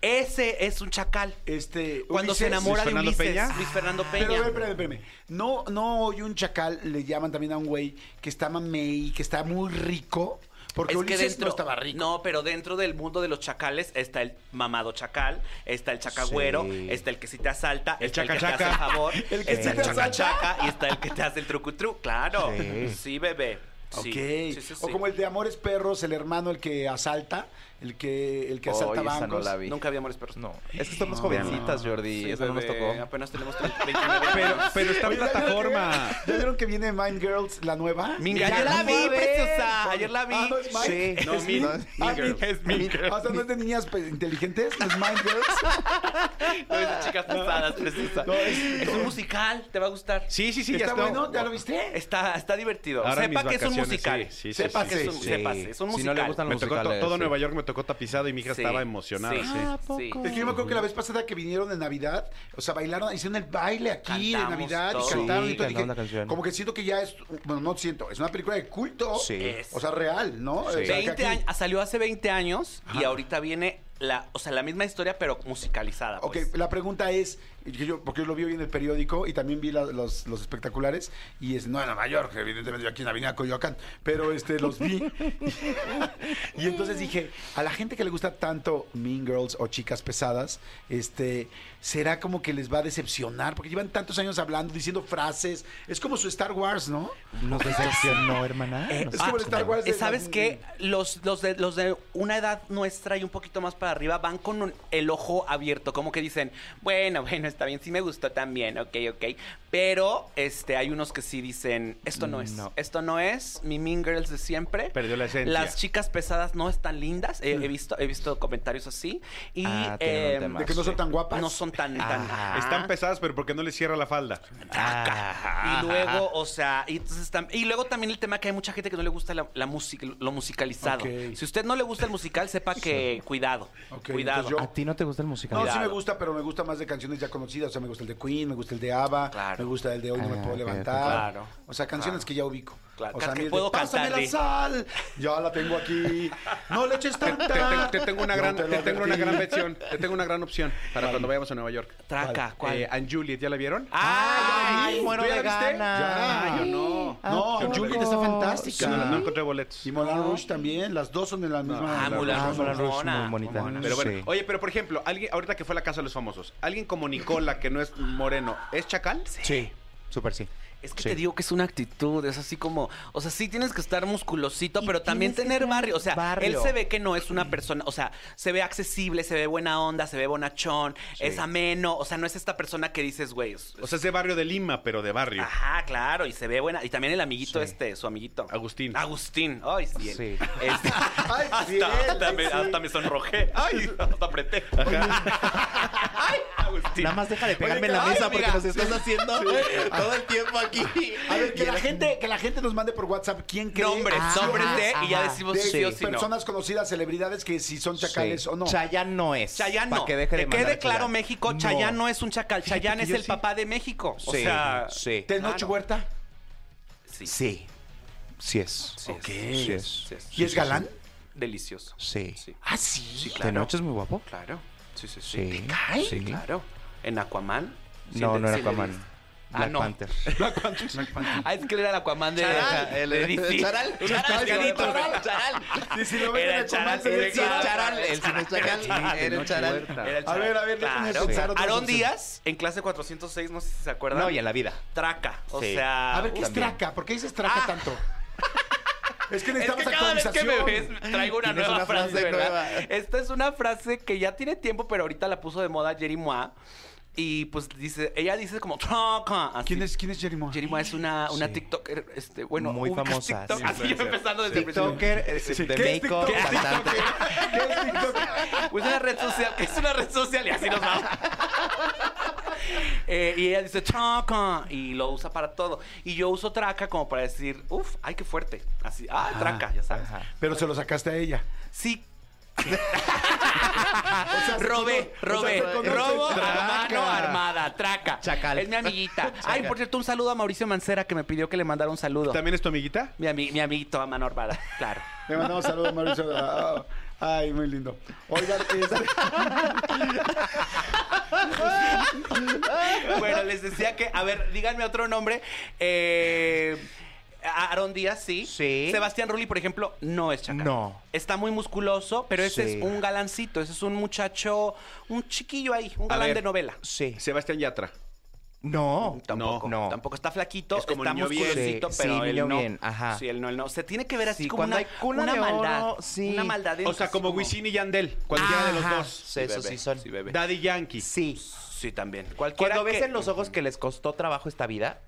[SPEAKER 3] Ese es un chacal.
[SPEAKER 2] Este,
[SPEAKER 3] Cuando
[SPEAKER 2] Ulises-
[SPEAKER 3] se enamora
[SPEAKER 5] Luis
[SPEAKER 3] de
[SPEAKER 5] Fernando
[SPEAKER 3] Ulises,
[SPEAKER 5] Peña.
[SPEAKER 3] Luis Fernando Peña.
[SPEAKER 2] Ah. Pero, a ver, espérame, espérame. No, no hoy un chacal le llaman también a un güey que está mamey, que está muy rico. Porque
[SPEAKER 3] Es que
[SPEAKER 2] Ulises
[SPEAKER 3] dentro,
[SPEAKER 2] no estaba rico.
[SPEAKER 3] No, pero dentro del mundo de los chacales está el mamado chacal, está el chacagüero,
[SPEAKER 4] Sí.
[SPEAKER 3] está el que si te asalta,
[SPEAKER 5] El
[SPEAKER 3] está el que te hace
[SPEAKER 5] chacachaca.
[SPEAKER 3] el favor,
[SPEAKER 2] El que
[SPEAKER 3] está
[SPEAKER 2] sí
[SPEAKER 3] el
[SPEAKER 2] te asalta.
[SPEAKER 3] chacachaca y está el que te hace el trucutru. Claro. Sí,
[SPEAKER 4] Sí.
[SPEAKER 3] bebé. Sí.
[SPEAKER 2] Ok.
[SPEAKER 3] Sí, sí,
[SPEAKER 2] O
[SPEAKER 3] sí.
[SPEAKER 2] como el de Amores Perros, el hermano, el que asalta, el que, el que asalta
[SPEAKER 4] Oye, Oh, esa no
[SPEAKER 2] bancos.
[SPEAKER 4] la vi.
[SPEAKER 3] Nunca vi amores perros.
[SPEAKER 4] No, es que somos jovencitas, Jordi.
[SPEAKER 3] Sí,
[SPEAKER 4] eso no nos
[SPEAKER 3] bebé,
[SPEAKER 4] tocó.
[SPEAKER 3] Apenas tenemos 29
[SPEAKER 5] Pero,
[SPEAKER 3] años.
[SPEAKER 5] pero está
[SPEAKER 2] Oye, ¿ya
[SPEAKER 5] en
[SPEAKER 2] vieron que-
[SPEAKER 5] plataforma.
[SPEAKER 2] ¿Ya vieron que viene Mind Girls, la nueva?
[SPEAKER 4] Mean
[SPEAKER 3] Ya
[SPEAKER 4] Girls.
[SPEAKER 3] la
[SPEAKER 2] fui a
[SPEAKER 3] vi,
[SPEAKER 2] ver.
[SPEAKER 3] preciosa. Ayer la vi.
[SPEAKER 2] Ah, no es Mind.
[SPEAKER 4] Sí.
[SPEAKER 5] No,
[SPEAKER 2] es
[SPEAKER 5] Mean-
[SPEAKER 2] Mean-
[SPEAKER 5] Mean
[SPEAKER 2] ah,
[SPEAKER 5] Girls.
[SPEAKER 4] Es Mean Girls.
[SPEAKER 2] O sea, no es de niñas pues, inteligentes, es Mind Girls.
[SPEAKER 3] No es de chicas pesadas, preciosa.
[SPEAKER 2] No, es-
[SPEAKER 3] Es un musical, te va a gustar.
[SPEAKER 5] Sí, sí, sí, ya
[SPEAKER 2] ¿Está
[SPEAKER 5] está.
[SPEAKER 2] bueno? ¿Ya lo viste?
[SPEAKER 3] Está, está divertido.
[SPEAKER 5] Ahora en
[SPEAKER 3] sepa
[SPEAKER 5] mis
[SPEAKER 3] que es un
[SPEAKER 5] vacaciones,
[SPEAKER 3] musical.
[SPEAKER 5] sí, sí, sí,
[SPEAKER 3] sepa
[SPEAKER 5] sí,
[SPEAKER 3] que es un,
[SPEAKER 5] sí.
[SPEAKER 3] sepa, es un musical.
[SPEAKER 4] Si no le gustan los
[SPEAKER 5] Me tocó to-
[SPEAKER 4] musicales.
[SPEAKER 5] todo
[SPEAKER 4] sí.
[SPEAKER 5] Nueva York, me tocó tapizado y mi hija
[SPEAKER 3] Sí,
[SPEAKER 5] estaba emocionada.
[SPEAKER 3] sí.
[SPEAKER 5] sí.
[SPEAKER 3] Ah, poco?
[SPEAKER 2] Es que yo me acuerdo que la vez pasada que vinieron de Navidad, o sea, bailaron, hicieron el baile aquí
[SPEAKER 3] Cantamos
[SPEAKER 2] de Navidad
[SPEAKER 3] todo.
[SPEAKER 2] y cantaron y
[SPEAKER 4] Sí,
[SPEAKER 2] todo. Dije,
[SPEAKER 4] cantaron la canción.
[SPEAKER 2] Como que siento que ya es, bueno, no siento, es una película de culto.
[SPEAKER 4] Sí.
[SPEAKER 3] Es-
[SPEAKER 2] O sea, real, ¿no? O sea, que
[SPEAKER 3] 20
[SPEAKER 2] aquí-
[SPEAKER 3] años, salió hace 20 años y ahorita viene la, o sea, la misma historia pero musicalizada.
[SPEAKER 2] Ok,
[SPEAKER 3] pues.
[SPEAKER 2] la pregunta es, que yo, porque yo lo vi hoy en el periódico y también vi la- los, los espectaculares, y es, no en Nueva York, evidentemente yo aquí en la Avenida Coyoacán, pero este, los vi. y entonces dije, a la gente que le gusta tanto Mean Girls o Chicas Pesadas, este, será como que les va a decepcionar, porque llevan tantos años hablando, diciendo frases, es como su Star Wars, ¿no?
[SPEAKER 4] Nos decepcionó, hermana.
[SPEAKER 3] Eh,
[SPEAKER 4] Nos
[SPEAKER 2] Es como el Star Wars. de-
[SPEAKER 3] ¿Sabes qué? Los, los, de, los de una edad nuestra y un poquito más para arriba van con un- el ojo abierto, como que dicen, bueno, bueno, está bien, sí me gustó también, ok, ok. Pero este, hay unos que sí dicen, esto no es,
[SPEAKER 4] No.
[SPEAKER 3] esto no es, mi Mean Girls de siempre.
[SPEAKER 5] Perdió la esencia.
[SPEAKER 3] Las chicas pesadas no están lindas, he, he visto, he visto comentarios así. Y,
[SPEAKER 4] Mm. Ah, tienen un
[SPEAKER 3] em,
[SPEAKER 4] tema. Ah.
[SPEAKER 2] De que no son tan guapas.
[SPEAKER 3] no son tan... tan Ah.
[SPEAKER 4] Ajá.
[SPEAKER 2] Ah.
[SPEAKER 5] Están pesadas, pero ¿por qué no les cierra la falda?
[SPEAKER 4] Ajá.
[SPEAKER 3] Y luego, o sea, y, entonces tam- y luego también el tema que hay mucha gente que no le gusta la, la música, lo musicalizado.
[SPEAKER 2] Ok.
[SPEAKER 3] Si usted no le gusta el musical, sepa que cuidado,
[SPEAKER 2] Ok,
[SPEAKER 3] cuidado.
[SPEAKER 2] entonces
[SPEAKER 4] ¿A ti no te gusta el musical?
[SPEAKER 2] No, sí me
[SPEAKER 3] Cuidado.
[SPEAKER 2] gusta, pero me gusta más de canciones ya conocidas. O sea, me gusta el de Queen, me gusta el de ABBA,
[SPEAKER 3] Claro.
[SPEAKER 2] me gusta el de Hoy no me
[SPEAKER 4] Ah,
[SPEAKER 2] puedo
[SPEAKER 4] ok,
[SPEAKER 2] levantar.
[SPEAKER 3] claro.
[SPEAKER 2] O sea, canciones
[SPEAKER 3] Claro.
[SPEAKER 2] que ya ubico.
[SPEAKER 3] Claro,
[SPEAKER 2] O sea,
[SPEAKER 3] que
[SPEAKER 2] a mí el
[SPEAKER 3] puedo
[SPEAKER 2] de, "Pásame
[SPEAKER 3] cantarle".
[SPEAKER 2] la sal, ya la tengo aquí. No le eches
[SPEAKER 5] Te,
[SPEAKER 2] tanta.
[SPEAKER 5] te tengo- te tengo una
[SPEAKER 2] No
[SPEAKER 5] gran,
[SPEAKER 2] te lo
[SPEAKER 5] te tengo una
[SPEAKER 2] advertí.
[SPEAKER 5] gran opción. Te tengo una gran opción para cuando vayamos a Nueva York.
[SPEAKER 3] Traca, ¿cuál?
[SPEAKER 5] Eh, Anne Juliet, ¿ya la vieron?
[SPEAKER 3] Ah, ¡Ay!
[SPEAKER 4] Ay, muero
[SPEAKER 5] ¿Tú ya
[SPEAKER 4] de
[SPEAKER 5] la viste? Ah,
[SPEAKER 4] ganas.
[SPEAKER 2] Ya, yo no. No,
[SPEAKER 4] ¿a
[SPEAKER 2] Juliet
[SPEAKER 4] poco?
[SPEAKER 2] está
[SPEAKER 5] Yo
[SPEAKER 2] fantástica.
[SPEAKER 5] No, no encontré boletos.
[SPEAKER 2] Y Moulin Rouge también. Las dos son de la misma.
[SPEAKER 3] Ah, Moulin
[SPEAKER 2] Ah,
[SPEAKER 3] Rouge,
[SPEAKER 2] Moulin Rouge.
[SPEAKER 3] Ramona.
[SPEAKER 4] muy bonita.
[SPEAKER 3] Ramona.
[SPEAKER 5] Pero bueno,
[SPEAKER 4] Sí.
[SPEAKER 5] oye, pero por ejemplo, alguien ahorita que fue a la casa de los famosos, alguien como Nicola, que no es moreno, ¿es chacal?
[SPEAKER 4] Sí, súper sí.
[SPEAKER 3] Es que
[SPEAKER 4] Sí.
[SPEAKER 3] te digo que es una actitud, es así como, o sea, sí tienes que estar musculosito, pero también
[SPEAKER 4] tienes que
[SPEAKER 3] tener
[SPEAKER 4] tener
[SPEAKER 3] barrio. O sea,
[SPEAKER 4] barrio.
[SPEAKER 3] él se ve que no es una persona, o sea, se ve accesible, se ve buena onda, se ve bonachón, es ameno, o sea, no es esta persona que dices, güey, es-
[SPEAKER 5] O sea, es de barrio de Lima, pero de barrio.
[SPEAKER 3] Ajá, claro, y se ve buena. Y también el amiguito
[SPEAKER 4] Sí.
[SPEAKER 3] este, su amiguito.
[SPEAKER 5] Agustín.
[SPEAKER 3] Agustín. Ay, sí. él.
[SPEAKER 4] Sí.
[SPEAKER 2] Ay,
[SPEAKER 3] Este- hasta,
[SPEAKER 2] Ah, sí, él,
[SPEAKER 3] hasta
[SPEAKER 2] ay,
[SPEAKER 3] me,
[SPEAKER 2] sí.
[SPEAKER 3] hasta me sonrojé. Ay, hasta apreté. Ay, Agustín.
[SPEAKER 4] Nada más deja de pegarme
[SPEAKER 2] Oye,
[SPEAKER 4] en la
[SPEAKER 2] ay,
[SPEAKER 4] mesa
[SPEAKER 2] amiga.
[SPEAKER 4] porque nos estás haciendo todo el tiempo aquí.
[SPEAKER 2] A ver, que la, gente, que la gente nos mande por WhatsApp quién cree.
[SPEAKER 3] Nombres,
[SPEAKER 2] Ah,
[SPEAKER 3] nombres de,
[SPEAKER 4] ajá,
[SPEAKER 3] y ya
[SPEAKER 4] ajá.
[SPEAKER 3] decimos
[SPEAKER 2] de
[SPEAKER 3] si sí o si no.
[SPEAKER 2] personas conocidas, celebridades que si son chacales
[SPEAKER 4] Sí.
[SPEAKER 2] o no.
[SPEAKER 4] Chayanne no es.
[SPEAKER 3] Chayán
[SPEAKER 4] Pa'
[SPEAKER 3] no.
[SPEAKER 4] que deje de mandar
[SPEAKER 3] quede
[SPEAKER 4] a
[SPEAKER 3] claro,
[SPEAKER 4] Chayanne.
[SPEAKER 3] México,
[SPEAKER 4] No.
[SPEAKER 3] Chayán no es un chacal. Chayán es
[SPEAKER 5] yo
[SPEAKER 3] el
[SPEAKER 5] sí.
[SPEAKER 3] papá de México. O
[SPEAKER 4] Sí,
[SPEAKER 3] sea,
[SPEAKER 4] sí.
[SPEAKER 2] ¿Tenoch Huerta?
[SPEAKER 3] sí.
[SPEAKER 4] Sí. Sí es.
[SPEAKER 3] Sí es,
[SPEAKER 2] Ok.
[SPEAKER 3] sí es, sí es.
[SPEAKER 2] ¿Y es galán?
[SPEAKER 3] Delicioso.
[SPEAKER 4] Sí.
[SPEAKER 3] Sí.
[SPEAKER 2] Ah, sí.
[SPEAKER 3] claro.
[SPEAKER 4] ¿De noche es muy guapo?
[SPEAKER 3] Claro. Sí, sí, sí.
[SPEAKER 4] Sí.
[SPEAKER 2] cae?
[SPEAKER 4] Sí.
[SPEAKER 3] Claro. En Aquaman. Sí,
[SPEAKER 4] No,
[SPEAKER 3] le-
[SPEAKER 4] no era
[SPEAKER 3] sí le
[SPEAKER 4] Aquaman.
[SPEAKER 3] diste. Ah,
[SPEAKER 4] Black
[SPEAKER 3] no.
[SPEAKER 4] Panther.
[SPEAKER 3] Ah, es que él era el Aquaman de,
[SPEAKER 4] Charal,
[SPEAKER 3] de
[SPEAKER 4] Este, el-
[SPEAKER 3] DC.
[SPEAKER 4] Charal, Charal,
[SPEAKER 3] Chicharito.
[SPEAKER 4] Charal, Charal.
[SPEAKER 2] Y si lo ven
[SPEAKER 3] Era
[SPEAKER 2] en
[SPEAKER 3] el
[SPEAKER 2] el
[SPEAKER 3] charal,
[SPEAKER 2] comercial,
[SPEAKER 3] era el
[SPEAKER 2] sí,
[SPEAKER 3] charal.
[SPEAKER 4] "Ah, Charal, el cine Charal, era el Charal.
[SPEAKER 3] Era el
[SPEAKER 2] A
[SPEAKER 3] Charal.
[SPEAKER 2] ver, a ver, déjenme pensar otra
[SPEAKER 3] Aarón
[SPEAKER 2] opción.
[SPEAKER 3] Díaz, en clase 406, no sé si se acuerdan.
[SPEAKER 4] No, y en la vida.
[SPEAKER 3] Traca. O
[SPEAKER 4] Sí.
[SPEAKER 3] sea.
[SPEAKER 2] A ver, ¿qué es
[SPEAKER 4] También.
[SPEAKER 2] traca? ¿Por qué dices traca
[SPEAKER 3] uh, Ah.
[SPEAKER 2] tanto? Es que
[SPEAKER 3] Es que
[SPEAKER 2] necesitamos
[SPEAKER 3] cada vez que
[SPEAKER 2] actualización.
[SPEAKER 3] me ves traigo una
[SPEAKER 4] Tienes
[SPEAKER 3] nueva
[SPEAKER 4] una
[SPEAKER 3] frase,
[SPEAKER 4] frase
[SPEAKER 3] ¿verdad?
[SPEAKER 4] nueva.
[SPEAKER 3] Esta es una frase que ya tiene tiempo, pero ahorita la puso de moda Jerry Moa. Y pues dice, ella dice como traca. así.
[SPEAKER 2] ¿Quién es, quién es Jerry Moore?
[SPEAKER 3] Jerry Moa es una, una
[SPEAKER 4] Sí.
[SPEAKER 3] TikToker, este, bueno,
[SPEAKER 4] Muy
[SPEAKER 3] un
[SPEAKER 4] famosa,
[SPEAKER 3] TikTok,
[SPEAKER 4] sí.
[SPEAKER 3] así yo empezando desde el principio.
[SPEAKER 4] TikToker, eh, de México, bastante.
[SPEAKER 2] ¿Qué es TikTok?
[SPEAKER 3] Pues una red social, es una red social y así nos vamos. Eh, y ella dice traca y lo usa para todo. Y yo uso traca como para decir, uff, ay, qué fuerte. Así, ah, traca, ya sabes.
[SPEAKER 4] Ajá.
[SPEAKER 2] Pero se lo sacaste a ella.
[SPEAKER 3] Sí. Ah,
[SPEAKER 6] robé, robé, robo a mano armada, traca.
[SPEAKER 4] Chacal.
[SPEAKER 6] Es mi amiguita. Ay, por cierto, un saludo a Mauricio Mancera que me pidió que le mandara un saludo.
[SPEAKER 5] ¿También es tu amiguita?
[SPEAKER 6] Mi, ami- mi amiguito a mano armada, claro.
[SPEAKER 2] Le mandamos saludos a Mauricio. Ah, Ay, muy lindo. Oigan, este,
[SPEAKER 3] Bueno, les decía que, a ver, díganme otro nombre. Eh, a- Aaron Díaz, sí.
[SPEAKER 4] Sí.
[SPEAKER 3] Sebastián Rulli, por ejemplo, no es chacal.
[SPEAKER 4] No.
[SPEAKER 3] Está muy musculoso, pero ese
[SPEAKER 4] Sí.
[SPEAKER 3] es un galancito. Ese es un muchacho, un chiquillo ahí, un
[SPEAKER 5] A
[SPEAKER 3] galán
[SPEAKER 5] ver.
[SPEAKER 3] de novela.
[SPEAKER 4] Sí.
[SPEAKER 5] Sebastián Yatra.
[SPEAKER 4] No.
[SPEAKER 3] Tampoco,
[SPEAKER 4] No.
[SPEAKER 3] tampoco está flaquito,
[SPEAKER 5] Es como
[SPEAKER 3] está
[SPEAKER 5] niño bien.
[SPEAKER 3] musculosito,
[SPEAKER 4] Sí,
[SPEAKER 3] pero
[SPEAKER 4] sí,
[SPEAKER 3] él
[SPEAKER 4] niño
[SPEAKER 3] no.
[SPEAKER 4] bien, ajá.
[SPEAKER 3] Sí, él no, él no. Se tiene que ver así
[SPEAKER 4] Sí,
[SPEAKER 3] como
[SPEAKER 4] cuando
[SPEAKER 3] una,
[SPEAKER 4] hay cuna
[SPEAKER 3] una
[SPEAKER 4] de
[SPEAKER 3] maldad,
[SPEAKER 4] oro, sí.
[SPEAKER 3] una maldad.
[SPEAKER 5] O sea,
[SPEAKER 3] entonces,
[SPEAKER 5] como Wisin y Yandel, cualquiera de los
[SPEAKER 4] Ajá.
[SPEAKER 5] dos.
[SPEAKER 4] Sí, eso
[SPEAKER 5] bebé.
[SPEAKER 4] sí son.
[SPEAKER 5] Sí, bebé. Daddy Yankee.
[SPEAKER 4] Sí.
[SPEAKER 3] Sí, también. Cualquiera
[SPEAKER 4] Cuando ves
[SPEAKER 3] que-
[SPEAKER 4] en los ojos que les costó trabajo esta vida,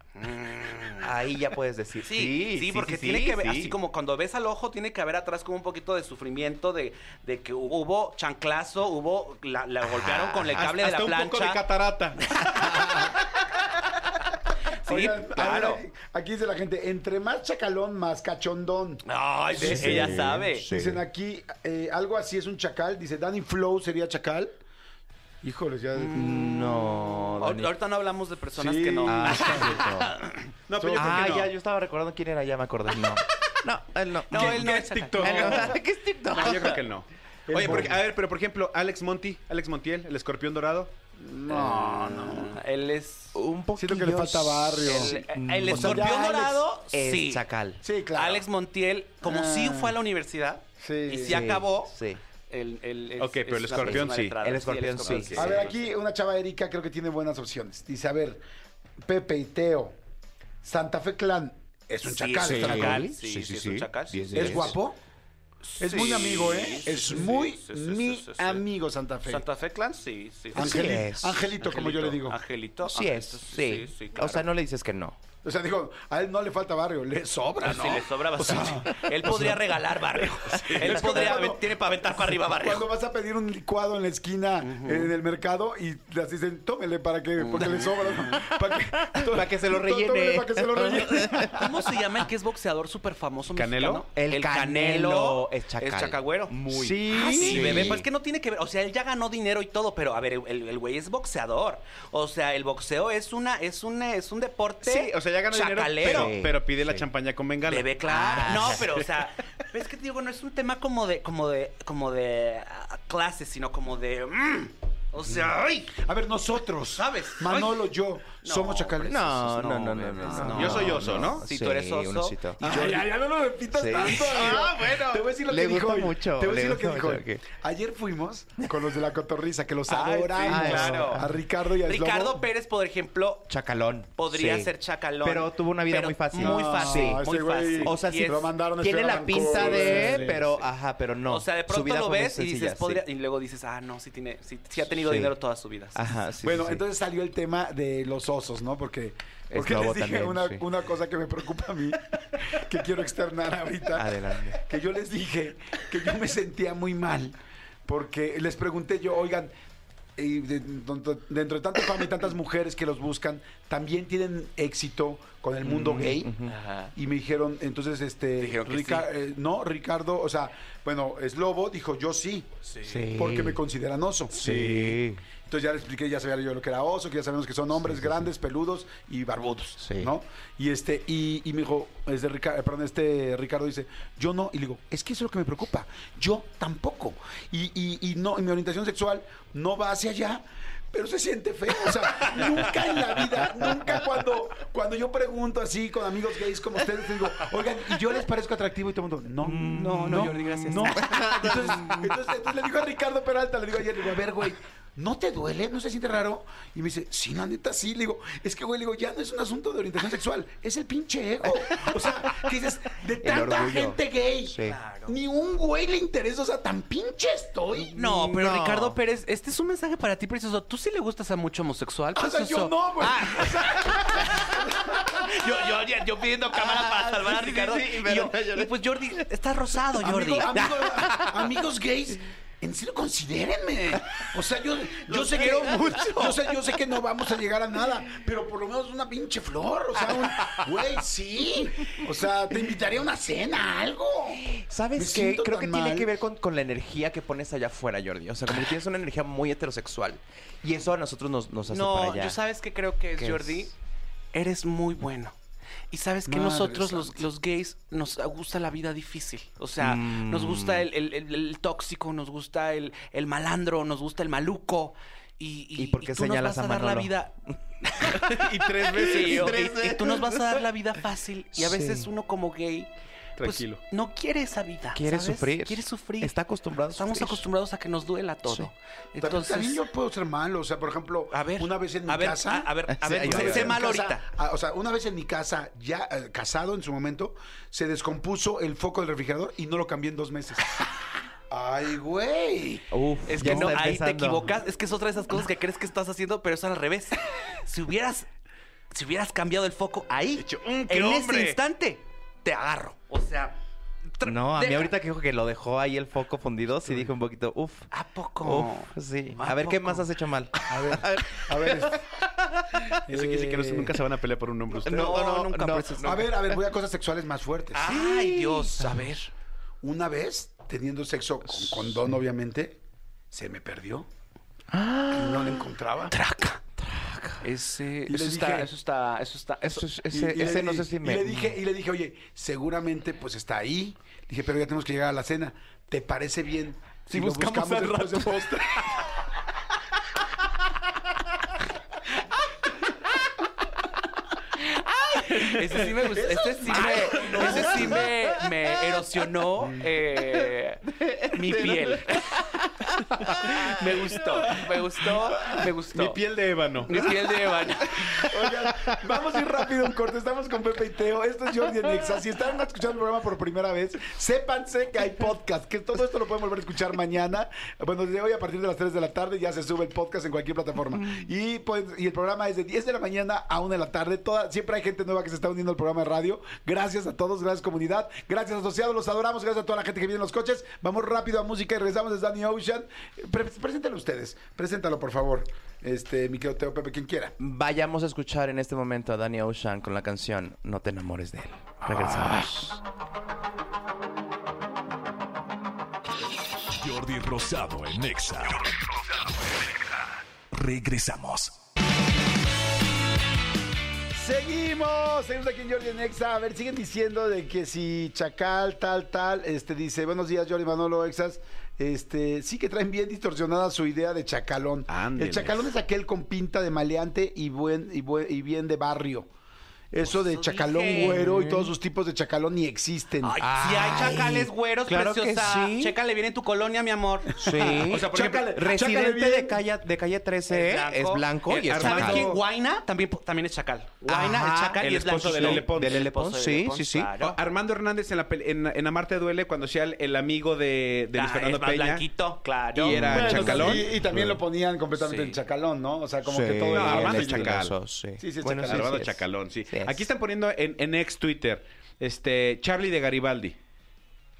[SPEAKER 4] ahí ya puedes decir.
[SPEAKER 3] Sí, sí, porque tiene que ver, así como cuando ves al ojo, tiene que haber atrás como un poquito de sufrimiento, de, de que hubo, hubo chanclazo, hubo, la, la golpearon con el cable
[SPEAKER 5] Hasta
[SPEAKER 3] de la
[SPEAKER 5] un poco de
[SPEAKER 3] plancha.
[SPEAKER 5] catarata.
[SPEAKER 3] Sí,
[SPEAKER 2] oigan, a ver,
[SPEAKER 3] claro.
[SPEAKER 2] Aquí dice la gente, entre más chacalón, más cachondón.
[SPEAKER 3] Ay, de- ella sabe.
[SPEAKER 2] Dicen aquí, eh, algo así es un chacal. Dice, Danny Flow sería chacal. Híjoles, ya...
[SPEAKER 3] Mm.
[SPEAKER 4] Oh, No,
[SPEAKER 3] Ahor-
[SPEAKER 4] Dani.
[SPEAKER 3] Ahorita no hablamos de personas
[SPEAKER 2] Sí.
[SPEAKER 3] que no.
[SPEAKER 4] Ah, sí, no.
[SPEAKER 5] No, pero yo creo
[SPEAKER 4] Ah,
[SPEAKER 5] que no.
[SPEAKER 4] ya, yo estaba recordando quién era, ya me acordé. No. No, él no.
[SPEAKER 3] No, él no
[SPEAKER 5] ¿Qué
[SPEAKER 3] es
[SPEAKER 5] es
[SPEAKER 3] chacal.
[SPEAKER 5] TikTok?
[SPEAKER 4] Él no. ¿Qué es TikTok?
[SPEAKER 5] No, yo creo que él no.
[SPEAKER 2] El
[SPEAKER 5] Oye,
[SPEAKER 2] Monty.
[SPEAKER 5] porque- a ver, pero por ejemplo, Alex Monti, Alex Montiel, el escorpión dorado.
[SPEAKER 2] No, no.
[SPEAKER 3] Él es...
[SPEAKER 4] Un poquito.
[SPEAKER 2] Siento que le falta barrio.
[SPEAKER 3] El, el
[SPEAKER 2] O sea,
[SPEAKER 3] escorpión
[SPEAKER 2] ya Alex
[SPEAKER 3] dorado,
[SPEAKER 4] es
[SPEAKER 3] sí.
[SPEAKER 4] chacal.
[SPEAKER 2] Sí, claro.
[SPEAKER 3] Alex Montiel, como
[SPEAKER 2] Ah.
[SPEAKER 3] sí fue a la universidad
[SPEAKER 2] Sí.
[SPEAKER 3] y sí,
[SPEAKER 2] Sí,
[SPEAKER 3] acabó.
[SPEAKER 4] Sí.
[SPEAKER 3] El, el- es-
[SPEAKER 5] Ok, pero
[SPEAKER 3] es una
[SPEAKER 5] el escorpión
[SPEAKER 3] persona
[SPEAKER 5] sí.
[SPEAKER 3] letrada.
[SPEAKER 4] El escorpión sí.
[SPEAKER 2] A ver, aquí una chava Erika creo que tiene buenas opciones. Dice, a ver, Pepe y Teo, Santa Fe Clan, es un
[SPEAKER 3] Sí,
[SPEAKER 2] chacal.
[SPEAKER 3] es un
[SPEAKER 2] ¿están de
[SPEAKER 3] chacal.
[SPEAKER 2] acuerdo?
[SPEAKER 3] Sí, sí, es un chacal.
[SPEAKER 7] Diez de
[SPEAKER 2] ¿Es
[SPEAKER 7] diez.
[SPEAKER 2] guapo? Es
[SPEAKER 3] Sí,
[SPEAKER 2] muy amigo, ¿eh?
[SPEAKER 3] sí,
[SPEAKER 2] es
[SPEAKER 3] sí,
[SPEAKER 2] muy
[SPEAKER 3] sí, sí, sí,
[SPEAKER 2] mi
[SPEAKER 3] sí, sí.
[SPEAKER 2] amigo Santa Fe.
[SPEAKER 3] Santa Fe Clan, sí, sí. sí.
[SPEAKER 2] Angeli-
[SPEAKER 4] Sí es.
[SPEAKER 2] Angelito, como yo le digo.
[SPEAKER 3] Angelito.
[SPEAKER 4] Sí es.
[SPEAKER 3] Angelito, ah,
[SPEAKER 4] Sí.
[SPEAKER 3] sí, claro.
[SPEAKER 4] O sea, no le dices que no.
[SPEAKER 2] O sea, digo, a él no le falta barrio, le sobra,
[SPEAKER 3] Pues
[SPEAKER 2] ¿no?
[SPEAKER 3] sí, le sobra bastante. Él podría regalar barrio. Él
[SPEAKER 2] Es como
[SPEAKER 3] podría,
[SPEAKER 2] cuando-
[SPEAKER 3] tiene para aventar para arriba barrio.
[SPEAKER 2] Cuando vas a pedir un licuado en la esquina eh, en el mercado y les dicen, tómele para que, porque le sobra. ¿no? Para que, to-
[SPEAKER 4] Para que se lo
[SPEAKER 2] to-
[SPEAKER 4] rellene.
[SPEAKER 2] tómele Para que se lo rellene.
[SPEAKER 3] ¿Cómo se llama el que es boxeador súper famoso
[SPEAKER 5] ¿Canelo?
[SPEAKER 3] mexicano?
[SPEAKER 4] El Canelo es chacal.
[SPEAKER 3] Es chacagüero.
[SPEAKER 4] Muy.
[SPEAKER 5] Sí.
[SPEAKER 3] Ah, sí,
[SPEAKER 4] Sí.
[SPEAKER 3] bebé, pues que no tiene que ver, o sea, él ya ganó dinero y todo, pero a ver, el el güey es boxeador. O sea, el boxeo es una es un es un deporte
[SPEAKER 5] Sí, o sea, ya gana dinero,
[SPEAKER 3] chacalero.
[SPEAKER 5] pero, pero pide la champaña con bengala.
[SPEAKER 3] Bebé, claro.
[SPEAKER 4] Ah.
[SPEAKER 3] no, pero o sea, es que te digo, no es un tema como de como de como de ah, clases, sino como de mm, o sea, ay,
[SPEAKER 2] A ver, nosotros,
[SPEAKER 3] ¿Sabes?
[SPEAKER 2] Manolo, yo,
[SPEAKER 3] No,
[SPEAKER 2] somos chacales.
[SPEAKER 3] hombre, No,
[SPEAKER 4] No, no, no, no,
[SPEAKER 3] bebés,
[SPEAKER 4] no, no.
[SPEAKER 5] Yo soy oso, ¿no?
[SPEAKER 3] Sí, tú eres oso.
[SPEAKER 4] un osito.
[SPEAKER 2] Ah, ya, ya no lo repitas
[SPEAKER 4] Sí.
[SPEAKER 2] tanto. amigo.
[SPEAKER 5] Ah, bueno.
[SPEAKER 2] Te voy a decir lo
[SPEAKER 4] Le
[SPEAKER 2] que dijo
[SPEAKER 4] gusta
[SPEAKER 2] hoy.
[SPEAKER 4] mucho,
[SPEAKER 2] Te voy a
[SPEAKER 4] le
[SPEAKER 2] decir lo que
[SPEAKER 4] gusta
[SPEAKER 2] dijo
[SPEAKER 4] mucho,
[SPEAKER 2] hoy.
[SPEAKER 4] ok. Ah,
[SPEAKER 2] Ayer fuimos con los de la cotorriza, que los
[SPEAKER 3] Ay, sí,
[SPEAKER 2] adoramos.
[SPEAKER 3] claro.
[SPEAKER 2] A Ricardo y a Slobo.
[SPEAKER 3] Ricardo Pérez, por ejemplo,
[SPEAKER 4] Chacalón.
[SPEAKER 3] podría
[SPEAKER 4] Sí.
[SPEAKER 3] ser chacalón.
[SPEAKER 4] Pero tuvo una vida
[SPEAKER 3] pero
[SPEAKER 4] muy fácil.
[SPEAKER 3] Muy
[SPEAKER 2] No,
[SPEAKER 3] fácil,
[SPEAKER 2] ese
[SPEAKER 3] muy
[SPEAKER 2] güey-
[SPEAKER 3] fácil.
[SPEAKER 4] O sea,
[SPEAKER 3] Y
[SPEAKER 4] sí,
[SPEAKER 3] es-
[SPEAKER 2] Lo mandaron a
[SPEAKER 4] Tiene
[SPEAKER 2] estudiar a
[SPEAKER 4] la pinta
[SPEAKER 2] Vancouver.
[SPEAKER 4] de,
[SPEAKER 2] Sí,
[SPEAKER 4] pero, ajá, pero no.
[SPEAKER 3] O sea, de
[SPEAKER 4] Su
[SPEAKER 3] pronto
[SPEAKER 4] vida
[SPEAKER 3] lo
[SPEAKER 4] fue muy
[SPEAKER 3] ves y
[SPEAKER 4] sencilla,
[SPEAKER 3] dices,
[SPEAKER 4] sí.
[SPEAKER 3] podría... Y luego dices, ah, no, sí, tiene, sí, sí ha tenido
[SPEAKER 4] Sí.
[SPEAKER 3] dinero toda su vida. sí,
[SPEAKER 4] Ajá, sí.
[SPEAKER 2] bueno,
[SPEAKER 4] sí, sí.
[SPEAKER 2] entonces salió el tema de los osos, ¿no? Porque, porque
[SPEAKER 4] Slobo
[SPEAKER 2] les dije
[SPEAKER 4] también,
[SPEAKER 2] una,
[SPEAKER 4] sí.
[SPEAKER 2] una cosa que me preocupa a mí, que quiero externar ahorita.
[SPEAKER 4] Adelante.
[SPEAKER 2] Que yo les dije que yo me sentía muy mal, porque les pregunté yo, oigan, y de- dentro dentro de tanta fama y tantas mujeres que los buscan, ¿también tienen éxito con el mundo gay?
[SPEAKER 3] sí. Ajá.
[SPEAKER 2] Y me dijeron, entonces, este,
[SPEAKER 3] Dijeron que
[SPEAKER 2] Rica- eh, no, Ricardo, o sea, bueno, Slobo dijo, yo sí,
[SPEAKER 4] Sí.
[SPEAKER 2] porque me consideran oso.
[SPEAKER 4] Sí.
[SPEAKER 2] Entonces ya le expliqué, ya sabía yo lo que era oso, que ya sabemos que son hombres grandes, peludos y barbudos,
[SPEAKER 4] Sí.
[SPEAKER 2] ¿no? Y este y, y me dijo, este Ricardo, perdón, este Ricardo dice, "Yo no", y le digo, "Es que eso es lo que me preocupa. Yo tampoco." Y, y- y no, y mi orientación sexual no va hacia allá. Pero se siente feo, o sea, nunca en la vida, nunca cuando, cuando yo pregunto así con amigos gays como ustedes, les digo, oigan, ¿y yo les parezco atractivo? Y todo el mundo, no, Mm, no, no, Jordi, gracias. No. Entonces, entonces, entonces le digo a Ricardo Peralta, le digo ayer, le digo, a ver, güey, ¿no te duele? ¿No se siente raro? Y me dice, sí, la neta, sí. Le digo, es que, güey, le digo, ya no es un asunto de orientación sexual, es el pinche ego. O sea, que dices, de tanta
[SPEAKER 4] orgullo.
[SPEAKER 2] gente gay,
[SPEAKER 4] Sí.
[SPEAKER 2] ni un güey le interesa, o sea, tan pinche estoy.
[SPEAKER 3] No, pero
[SPEAKER 4] No.
[SPEAKER 3] Ricardo Pérez, este es un mensaje para ti, precioso. Tú sí le gustas a mucho homosexual,
[SPEAKER 2] O sea, yo
[SPEAKER 3] precioso.
[SPEAKER 2] no, güey.
[SPEAKER 3] Yo, yo, yo pidiendo cámara
[SPEAKER 4] Ah,
[SPEAKER 3] para salvar
[SPEAKER 4] ah,
[SPEAKER 3] a Ricardo. y, yo- y pues Jordi, estás rosado, Jordi.
[SPEAKER 2] Amigo- amigo- amigos gays, en serio, considérenme. O sea, yo, yo
[SPEAKER 5] Los
[SPEAKER 2] sé
[SPEAKER 5] quiero
[SPEAKER 2] que,
[SPEAKER 5] mucho.
[SPEAKER 2] Yo sé, yo sé que no vamos a llegar a nada, pero por lo menos una pinche flor. O sea, un, güey, sí. O sea, te invitaría a una cena, algo. Me
[SPEAKER 4] ¿Sabes qué?
[SPEAKER 2] siento
[SPEAKER 4] Creo que
[SPEAKER 2] tan
[SPEAKER 4] tiene
[SPEAKER 2] mal.
[SPEAKER 4] que ver con, con la energía que pones allá afuera, Jordi. O sea, como que tienes una energía muy heterosexual. Y eso a nosotros nos, nos hace para
[SPEAKER 3] No,
[SPEAKER 4] allá.
[SPEAKER 3] yo sabes que creo que es,
[SPEAKER 4] ¿Qué
[SPEAKER 3] Jordi.
[SPEAKER 4] es?
[SPEAKER 3] Eres muy bueno. Y sabes que
[SPEAKER 2] Madre
[SPEAKER 3] nosotros los,
[SPEAKER 2] santa.
[SPEAKER 3] los gays nos gusta la vida difícil. O sea,
[SPEAKER 4] Mm.
[SPEAKER 3] nos gusta el, el- el- el tóxico, nos gusta el, el malandro, nos gusta el maluco. Y, y,
[SPEAKER 4] ¿Y por qué
[SPEAKER 3] tú nos
[SPEAKER 4] señalas
[SPEAKER 3] vas a
[SPEAKER 4] a
[SPEAKER 3] dar la
[SPEAKER 4] Manolo?
[SPEAKER 3] vida.
[SPEAKER 5] Y tres veces.
[SPEAKER 3] Sí,
[SPEAKER 5] y
[SPEAKER 3] o-
[SPEAKER 5] tres
[SPEAKER 3] y, y
[SPEAKER 5] veces.
[SPEAKER 3] tú nos vas a dar la vida fácil. Y a veces
[SPEAKER 4] Sí.
[SPEAKER 3] uno como gay. pues,
[SPEAKER 5] Tranquilo.
[SPEAKER 3] no quiere esa vida.
[SPEAKER 4] Quiere
[SPEAKER 3] ¿sabes?
[SPEAKER 4] sufrir.
[SPEAKER 3] Quiere sufrir.
[SPEAKER 4] Está acostumbrado a
[SPEAKER 3] Estamos
[SPEAKER 4] sufrir.
[SPEAKER 3] acostumbrados a que nos duela todo.
[SPEAKER 4] Sí.
[SPEAKER 2] Entonces,
[SPEAKER 3] Entonces.
[SPEAKER 2] también yo puedo ser malo. O sea, por ejemplo,
[SPEAKER 3] A ver.
[SPEAKER 2] una vez en mi
[SPEAKER 3] a ver, ah,
[SPEAKER 2] casa.
[SPEAKER 3] A, a ver, a
[SPEAKER 4] Sí, ahí
[SPEAKER 3] ver,
[SPEAKER 4] se
[SPEAKER 3] sé-
[SPEAKER 4] ve.
[SPEAKER 3] sé malo
[SPEAKER 2] casa-
[SPEAKER 3] ahorita.
[SPEAKER 2] ah, o sea, una vez en mi casa, ya eh, casado en su momento, se descompuso el foco del refrigerador y no lo cambié en dos meses. Ay, güey.
[SPEAKER 4] Uf,
[SPEAKER 3] Es
[SPEAKER 4] ya
[SPEAKER 3] que no,
[SPEAKER 4] está
[SPEAKER 3] ahí te
[SPEAKER 4] empezando.
[SPEAKER 3] equivocas. Es que es otra de esas cosas que crees que estás haciendo, pero es al revés. Si hubieras, si hubieras cambiado el foco ahí,
[SPEAKER 5] Dicho, "Mm, qué
[SPEAKER 3] en
[SPEAKER 5] hombre".
[SPEAKER 3] ese instante, te agarro. O sea, tra-
[SPEAKER 4] No, a mí
[SPEAKER 3] deja-
[SPEAKER 4] ahorita que dijo que lo dejó ahí el foco fundido, sí dije un poquito, uf.
[SPEAKER 3] ¿A poco?
[SPEAKER 4] Uf, sí.
[SPEAKER 3] ¿A
[SPEAKER 4] A ver, ¿qué
[SPEAKER 3] poco?
[SPEAKER 4] más has hecho mal?
[SPEAKER 2] A ver, a ver.
[SPEAKER 5] Eso quiere decir que no se- nunca se van a pelear por un nombre ustedes.
[SPEAKER 4] No, no, no.
[SPEAKER 3] pues,
[SPEAKER 2] A ver, a ver, voy a cosas sexuales más fuertes.
[SPEAKER 3] Ay, Dios, a ver.
[SPEAKER 2] Una vez, teniendo sexo con condón, obviamente, se me perdió. No lo encontraba.
[SPEAKER 3] Traca. Traca. Ese,
[SPEAKER 2] le
[SPEAKER 3] eso, está,
[SPEAKER 2] dije-
[SPEAKER 3] eso está, eso está, eso
[SPEAKER 4] Eso es-
[SPEAKER 2] Y-
[SPEAKER 4] ese
[SPEAKER 2] y le
[SPEAKER 4] ese no
[SPEAKER 2] di-
[SPEAKER 4] sé si me.
[SPEAKER 2] Y le, dije, y le dije, oye, seguramente pues está ahí. Le dije, pero ya tenemos que llegar a la cena. ¿Te parece bien
[SPEAKER 3] Si buscamos al
[SPEAKER 2] de postre?
[SPEAKER 3] Ese sí me gustó. Ese sí me, ese sí me, me erosionó eh, mi piel. Me gustó, me gustó, me gustó.
[SPEAKER 5] Mi piel de ébano.
[SPEAKER 3] Mi piel de Evan.
[SPEAKER 2] Oigan, vamos a ir rápido a un corte. Estamos con Pepe y Teo. Esto es Jordi en Exa. Si están escuchando el programa por primera vez, sépanse que hay podcast, que todo esto lo pueden volver a escuchar mañana. Bueno, desde hoy a partir de las 3 de la tarde ya se sube el podcast en cualquier plataforma. Y, pues, y el programa es de 10 de la mañana a 1 de la tarde. Toda, siempre hay gente nueva que se está uniendo al programa de radio. Gracias a todos, gracias comunidad, gracias asociados, los adoramos, gracias a toda la gente que viene en los coches. Vamos rápido a música y regresamos es Danny Ocean. Pre- preséntalo ustedes, preséntalo por favor. Este, mi querido Teo Pepe, quien quiera.
[SPEAKER 4] Vayamos a escuchar en este momento a Danny Ocean con la canción No te enamores de él. Regresamos.
[SPEAKER 1] Jordi Rosado en Exa. Regresamos.
[SPEAKER 2] Seguimos, seguimos aquí en Jordi en Exa. A ver, siguen diciendo de que si Chacal, tal, tal, este dice, buenos días, Jordi Manolo Exas. Este, sí que traen bien distorsionada su idea de chacalón.
[SPEAKER 5] Ándeles.
[SPEAKER 2] El chacalón es aquel con pinta de maleante y buen, y buen- y bien de barrio. Eso de
[SPEAKER 3] eso
[SPEAKER 2] chacalón
[SPEAKER 3] dije.
[SPEAKER 2] güero y todos sus tipos de chacalón ni existen. Ah,
[SPEAKER 3] Ay, si hay chacales güeros,
[SPEAKER 4] claro que
[SPEAKER 3] preciosa.
[SPEAKER 4] sí.
[SPEAKER 3] Chécale bien en tu colonia, mi amor.
[SPEAKER 4] Sí.
[SPEAKER 5] O sea, por ejemplo,
[SPEAKER 2] Chácale, chácale
[SPEAKER 4] Residente
[SPEAKER 2] bien.
[SPEAKER 4] de calle, de calle 13 es blanco
[SPEAKER 3] Eh,
[SPEAKER 4] y es
[SPEAKER 3] ¿Sabes
[SPEAKER 4] chacal.
[SPEAKER 3] quién? Guaina también, también es chacal. Guaina es
[SPEAKER 4] Ajá,
[SPEAKER 3] chacal
[SPEAKER 5] el
[SPEAKER 3] y es
[SPEAKER 5] esposo
[SPEAKER 3] blanco.
[SPEAKER 5] de Lele Pons.
[SPEAKER 4] De Lele
[SPEAKER 3] esposo
[SPEAKER 4] Pons,
[SPEAKER 3] de
[SPEAKER 4] sí,
[SPEAKER 3] Lele Pons,
[SPEAKER 4] sí, sí.
[SPEAKER 3] claro.
[SPEAKER 5] Oh, Armando Hernández en, la pel- en, en Amarte Duele cuando hacía el, el amigo de, de Luis
[SPEAKER 3] Ah,
[SPEAKER 5] Fernando
[SPEAKER 3] es más
[SPEAKER 5] Peña.
[SPEAKER 3] blanquito, claro.
[SPEAKER 5] Y era
[SPEAKER 2] Bueno,
[SPEAKER 5] chacalón.
[SPEAKER 2] Y, y también lo ponían completamente
[SPEAKER 3] Sí.
[SPEAKER 2] en chacalón, ¿no? O sea, como que
[SPEAKER 4] Sí,
[SPEAKER 2] todo
[SPEAKER 5] No,
[SPEAKER 2] era-
[SPEAKER 5] Armando
[SPEAKER 4] el
[SPEAKER 5] es chacal.
[SPEAKER 4] estiloso, sí.
[SPEAKER 2] Sí, sí, es
[SPEAKER 4] Bueno,
[SPEAKER 2] chacal.
[SPEAKER 5] Armando
[SPEAKER 4] sí es.
[SPEAKER 5] Chacalón, sí.
[SPEAKER 4] Sí es.
[SPEAKER 5] Aquí están poniendo en, en ex Twitter, este, Charlie de Garibaldi.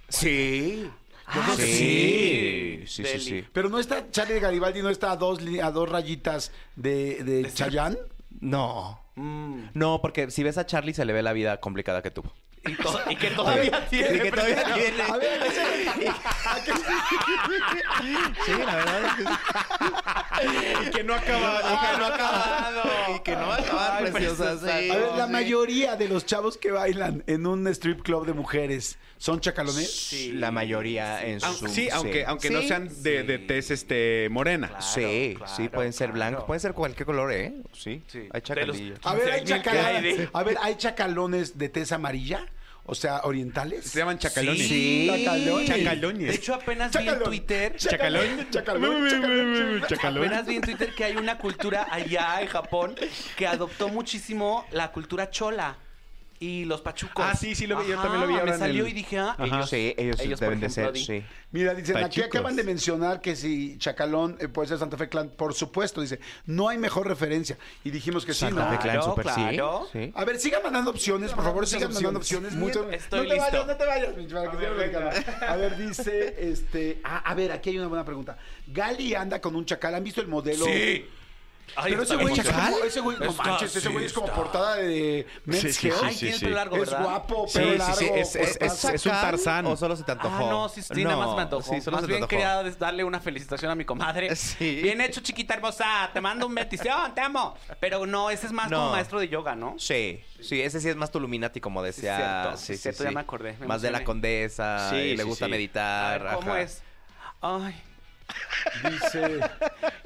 [SPEAKER 2] Sí.
[SPEAKER 3] Ah,
[SPEAKER 4] Sí, sí, sí, sí.
[SPEAKER 3] Deli.
[SPEAKER 2] Pero no está Charlie de Garibaldi, no está a dos, li- a dos rayitas de, de Chayanne.
[SPEAKER 4] No.
[SPEAKER 3] Mm.
[SPEAKER 4] No, porque si ves a Charlie se le ve la vida complicada que tuvo.
[SPEAKER 3] Y, to- y que todavía tiene.
[SPEAKER 4] Y que todavía tiene.
[SPEAKER 2] A ver, ¿a qué se- a qué se-
[SPEAKER 4] Sí, la verdad es que
[SPEAKER 5] Y que no acaba.
[SPEAKER 4] Y que no ha acabado. Y que no va a acabar, preciosa. sí.
[SPEAKER 2] a ver, la mayoría de los chavos que bailan en un strip club de mujeres son chacalones.
[SPEAKER 3] Sí.
[SPEAKER 4] La mayoría en
[SPEAKER 5] Aunque-
[SPEAKER 4] su...
[SPEAKER 5] sí, aunque, aunque no
[SPEAKER 4] Sí,
[SPEAKER 5] sean de,
[SPEAKER 3] sí.
[SPEAKER 5] de tez este, morena.
[SPEAKER 4] sí,
[SPEAKER 3] Claro,
[SPEAKER 4] sí,
[SPEAKER 3] claro,
[SPEAKER 4] pueden ser
[SPEAKER 3] claro.
[SPEAKER 4] blancos, pueden ser cualquier color, ¿eh? Sí, Ah,
[SPEAKER 3] Sí.
[SPEAKER 4] hay chacalillos.
[SPEAKER 2] A ver, hay
[SPEAKER 3] 15,000 que hay de-
[SPEAKER 2] chacalones. A ver, ¿hay chacalones de tez amarilla? O sea, orientales.
[SPEAKER 5] Se llaman chacalones.
[SPEAKER 4] Sí.
[SPEAKER 2] Chacalones.
[SPEAKER 5] Chacalones.
[SPEAKER 3] De hecho, apenas vi en
[SPEAKER 2] Chacalón.
[SPEAKER 3] Twitter.
[SPEAKER 2] Chacalón. Chacalón. Chacalón.
[SPEAKER 3] Apenas vi en Twitter que hay una cultura allá en Japón que adoptó muchísimo la cultura chola. Y y los pachucos.
[SPEAKER 5] Ah, sí, sí lo vi, yo también lo vi
[SPEAKER 3] Ajá,
[SPEAKER 5] ahora
[SPEAKER 3] Me
[SPEAKER 5] en
[SPEAKER 3] salió
[SPEAKER 5] el-
[SPEAKER 3] y dije, ah,
[SPEAKER 5] Ajá.
[SPEAKER 3] ellos,
[SPEAKER 4] Sí, ellos,
[SPEAKER 3] por
[SPEAKER 4] deben de
[SPEAKER 3] ejemplo,
[SPEAKER 4] ser,
[SPEAKER 3] di-
[SPEAKER 4] sí.
[SPEAKER 2] Mira, dicen, aquí
[SPEAKER 5] Pachucos.
[SPEAKER 2] acaban de mencionar que si Chacalón eh, puede ser Santa Fe Clan, por supuesto, dice, no hay mejor referencia. Y dijimos que sí,
[SPEAKER 4] Santa
[SPEAKER 2] ¿no?
[SPEAKER 4] Fe Clan,
[SPEAKER 3] Claro,
[SPEAKER 4] super sí,
[SPEAKER 3] claro.
[SPEAKER 4] sí.
[SPEAKER 2] A ver, sigan mandando opciones, por favor, sigan mandando opciones. Mucho-
[SPEAKER 3] Estoy
[SPEAKER 2] no te
[SPEAKER 3] listo.
[SPEAKER 2] vayas, no te vayas, Mitch, para que siga platicando. A ver, dice, este, ah, a ver, aquí hay una buena pregunta. Gali anda con un chacal, ¿han visto el modelo?
[SPEAKER 6] Sí. Ay,
[SPEAKER 2] Pero ese
[SPEAKER 6] está
[SPEAKER 2] güey
[SPEAKER 6] bien
[SPEAKER 2] es
[SPEAKER 6] chacal.
[SPEAKER 2] como, ese güey, no
[SPEAKER 6] Está-
[SPEAKER 2] manches,
[SPEAKER 6] sí,
[SPEAKER 2] ese güey es como
[SPEAKER 6] está.
[SPEAKER 2] portada de Men's
[SPEAKER 5] sí,
[SPEAKER 2] Health.
[SPEAKER 5] sí,
[SPEAKER 3] Ay, tiene el pelo largo,
[SPEAKER 2] Es
[SPEAKER 3] ¿verdad?
[SPEAKER 2] guapo,
[SPEAKER 4] Sí,
[SPEAKER 2] pero
[SPEAKER 4] sí,
[SPEAKER 2] largo.
[SPEAKER 4] sí, es, es-
[SPEAKER 2] cuerpazo.
[SPEAKER 4] es- es un
[SPEAKER 5] ¿Chacal?
[SPEAKER 4] Tarzán. ¿O solo se te antojó?
[SPEAKER 3] Ah, no, sí, sí, nada más me antojó.
[SPEAKER 4] Sí, solo
[SPEAKER 3] más
[SPEAKER 4] se te
[SPEAKER 3] bien
[SPEAKER 4] antojó.
[SPEAKER 3] quería des- darle una felicitación a mi comadre.
[SPEAKER 4] Sí.
[SPEAKER 3] Bien hecho, chiquita hermosa. Te mando un bendición, te amo. Pero no, ese es más
[SPEAKER 4] No.
[SPEAKER 3] como maestro de yoga, ¿no?
[SPEAKER 4] Sí, sí, ese sí es más Tuluminati, como decía.
[SPEAKER 3] cierto,
[SPEAKER 4] sí,
[SPEAKER 3] sí,
[SPEAKER 4] sí,
[SPEAKER 3] cierto,
[SPEAKER 4] sí.
[SPEAKER 3] ya me acordé, me
[SPEAKER 4] más de la
[SPEAKER 3] emocioné.
[SPEAKER 4] condesa,
[SPEAKER 5] Sí,
[SPEAKER 4] y le
[SPEAKER 5] sí,
[SPEAKER 4] gusta
[SPEAKER 3] A
[SPEAKER 5] sí.
[SPEAKER 4] meditar.
[SPEAKER 3] ver, ¿Cómo
[SPEAKER 4] ajá.
[SPEAKER 3] es? Ay,
[SPEAKER 2] Dice,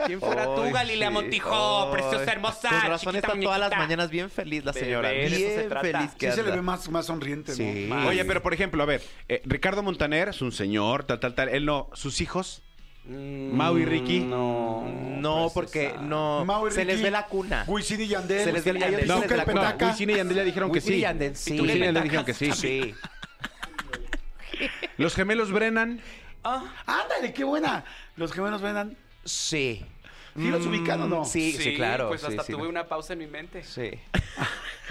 [SPEAKER 3] ¿quién fuera tú,
[SPEAKER 4] Ay,
[SPEAKER 3] Galilea
[SPEAKER 4] sí.
[SPEAKER 3] Montijo?
[SPEAKER 4] Ay.
[SPEAKER 3] Preciosa, hermosa.
[SPEAKER 4] Con razón
[SPEAKER 3] chiquita
[SPEAKER 4] está todas las
[SPEAKER 3] muñequita.
[SPEAKER 4] mañanas bien feliz la
[SPEAKER 3] Bebé,
[SPEAKER 4] señora.
[SPEAKER 3] de eso se
[SPEAKER 4] bien
[SPEAKER 3] trata.
[SPEAKER 4] feliz que
[SPEAKER 2] sí se le
[SPEAKER 4] anda.
[SPEAKER 2] ve más, más sonriente,
[SPEAKER 4] Sí.
[SPEAKER 2] ¿no?
[SPEAKER 5] Oye, pero por ejemplo, a ver, eh, Ricardo Montaner es un señor, tal, tal, tal. Él no, sus hijos.
[SPEAKER 3] Mm,
[SPEAKER 5] Mau y Ricky.
[SPEAKER 3] No.
[SPEAKER 4] No, porque
[SPEAKER 3] preciosa.
[SPEAKER 4] no.
[SPEAKER 2] Mau y
[SPEAKER 4] se les
[SPEAKER 2] Ricky.
[SPEAKER 4] ve la cuna.
[SPEAKER 2] Wisin y Yandel.
[SPEAKER 4] Se les ve la-
[SPEAKER 3] Wisin y
[SPEAKER 4] ellos
[SPEAKER 3] Yandel.
[SPEAKER 5] No,
[SPEAKER 4] se les ve la
[SPEAKER 2] Wisin y
[SPEAKER 4] cuna.
[SPEAKER 5] no,
[SPEAKER 2] Petaca.
[SPEAKER 5] Wisin y Yandel ya dijeron que
[SPEAKER 4] Wisin y
[SPEAKER 5] sí.
[SPEAKER 4] Yandel, sí.
[SPEAKER 5] Wisin y Yandel
[SPEAKER 3] Petacas
[SPEAKER 5] dijeron que sí.
[SPEAKER 4] Sí.
[SPEAKER 5] Los gemelos Brennan.
[SPEAKER 3] Ah,
[SPEAKER 2] Ándale, qué buena. Los gemelos vendan.
[SPEAKER 4] Sí.
[SPEAKER 2] ¿Sí los ubican o no?
[SPEAKER 4] Mm, Sí, sí, claro.
[SPEAKER 6] Pues
[SPEAKER 4] sí,
[SPEAKER 6] hasta
[SPEAKER 4] sí,
[SPEAKER 6] tuve
[SPEAKER 4] no.
[SPEAKER 6] una pausa en mi mente.
[SPEAKER 4] Sí.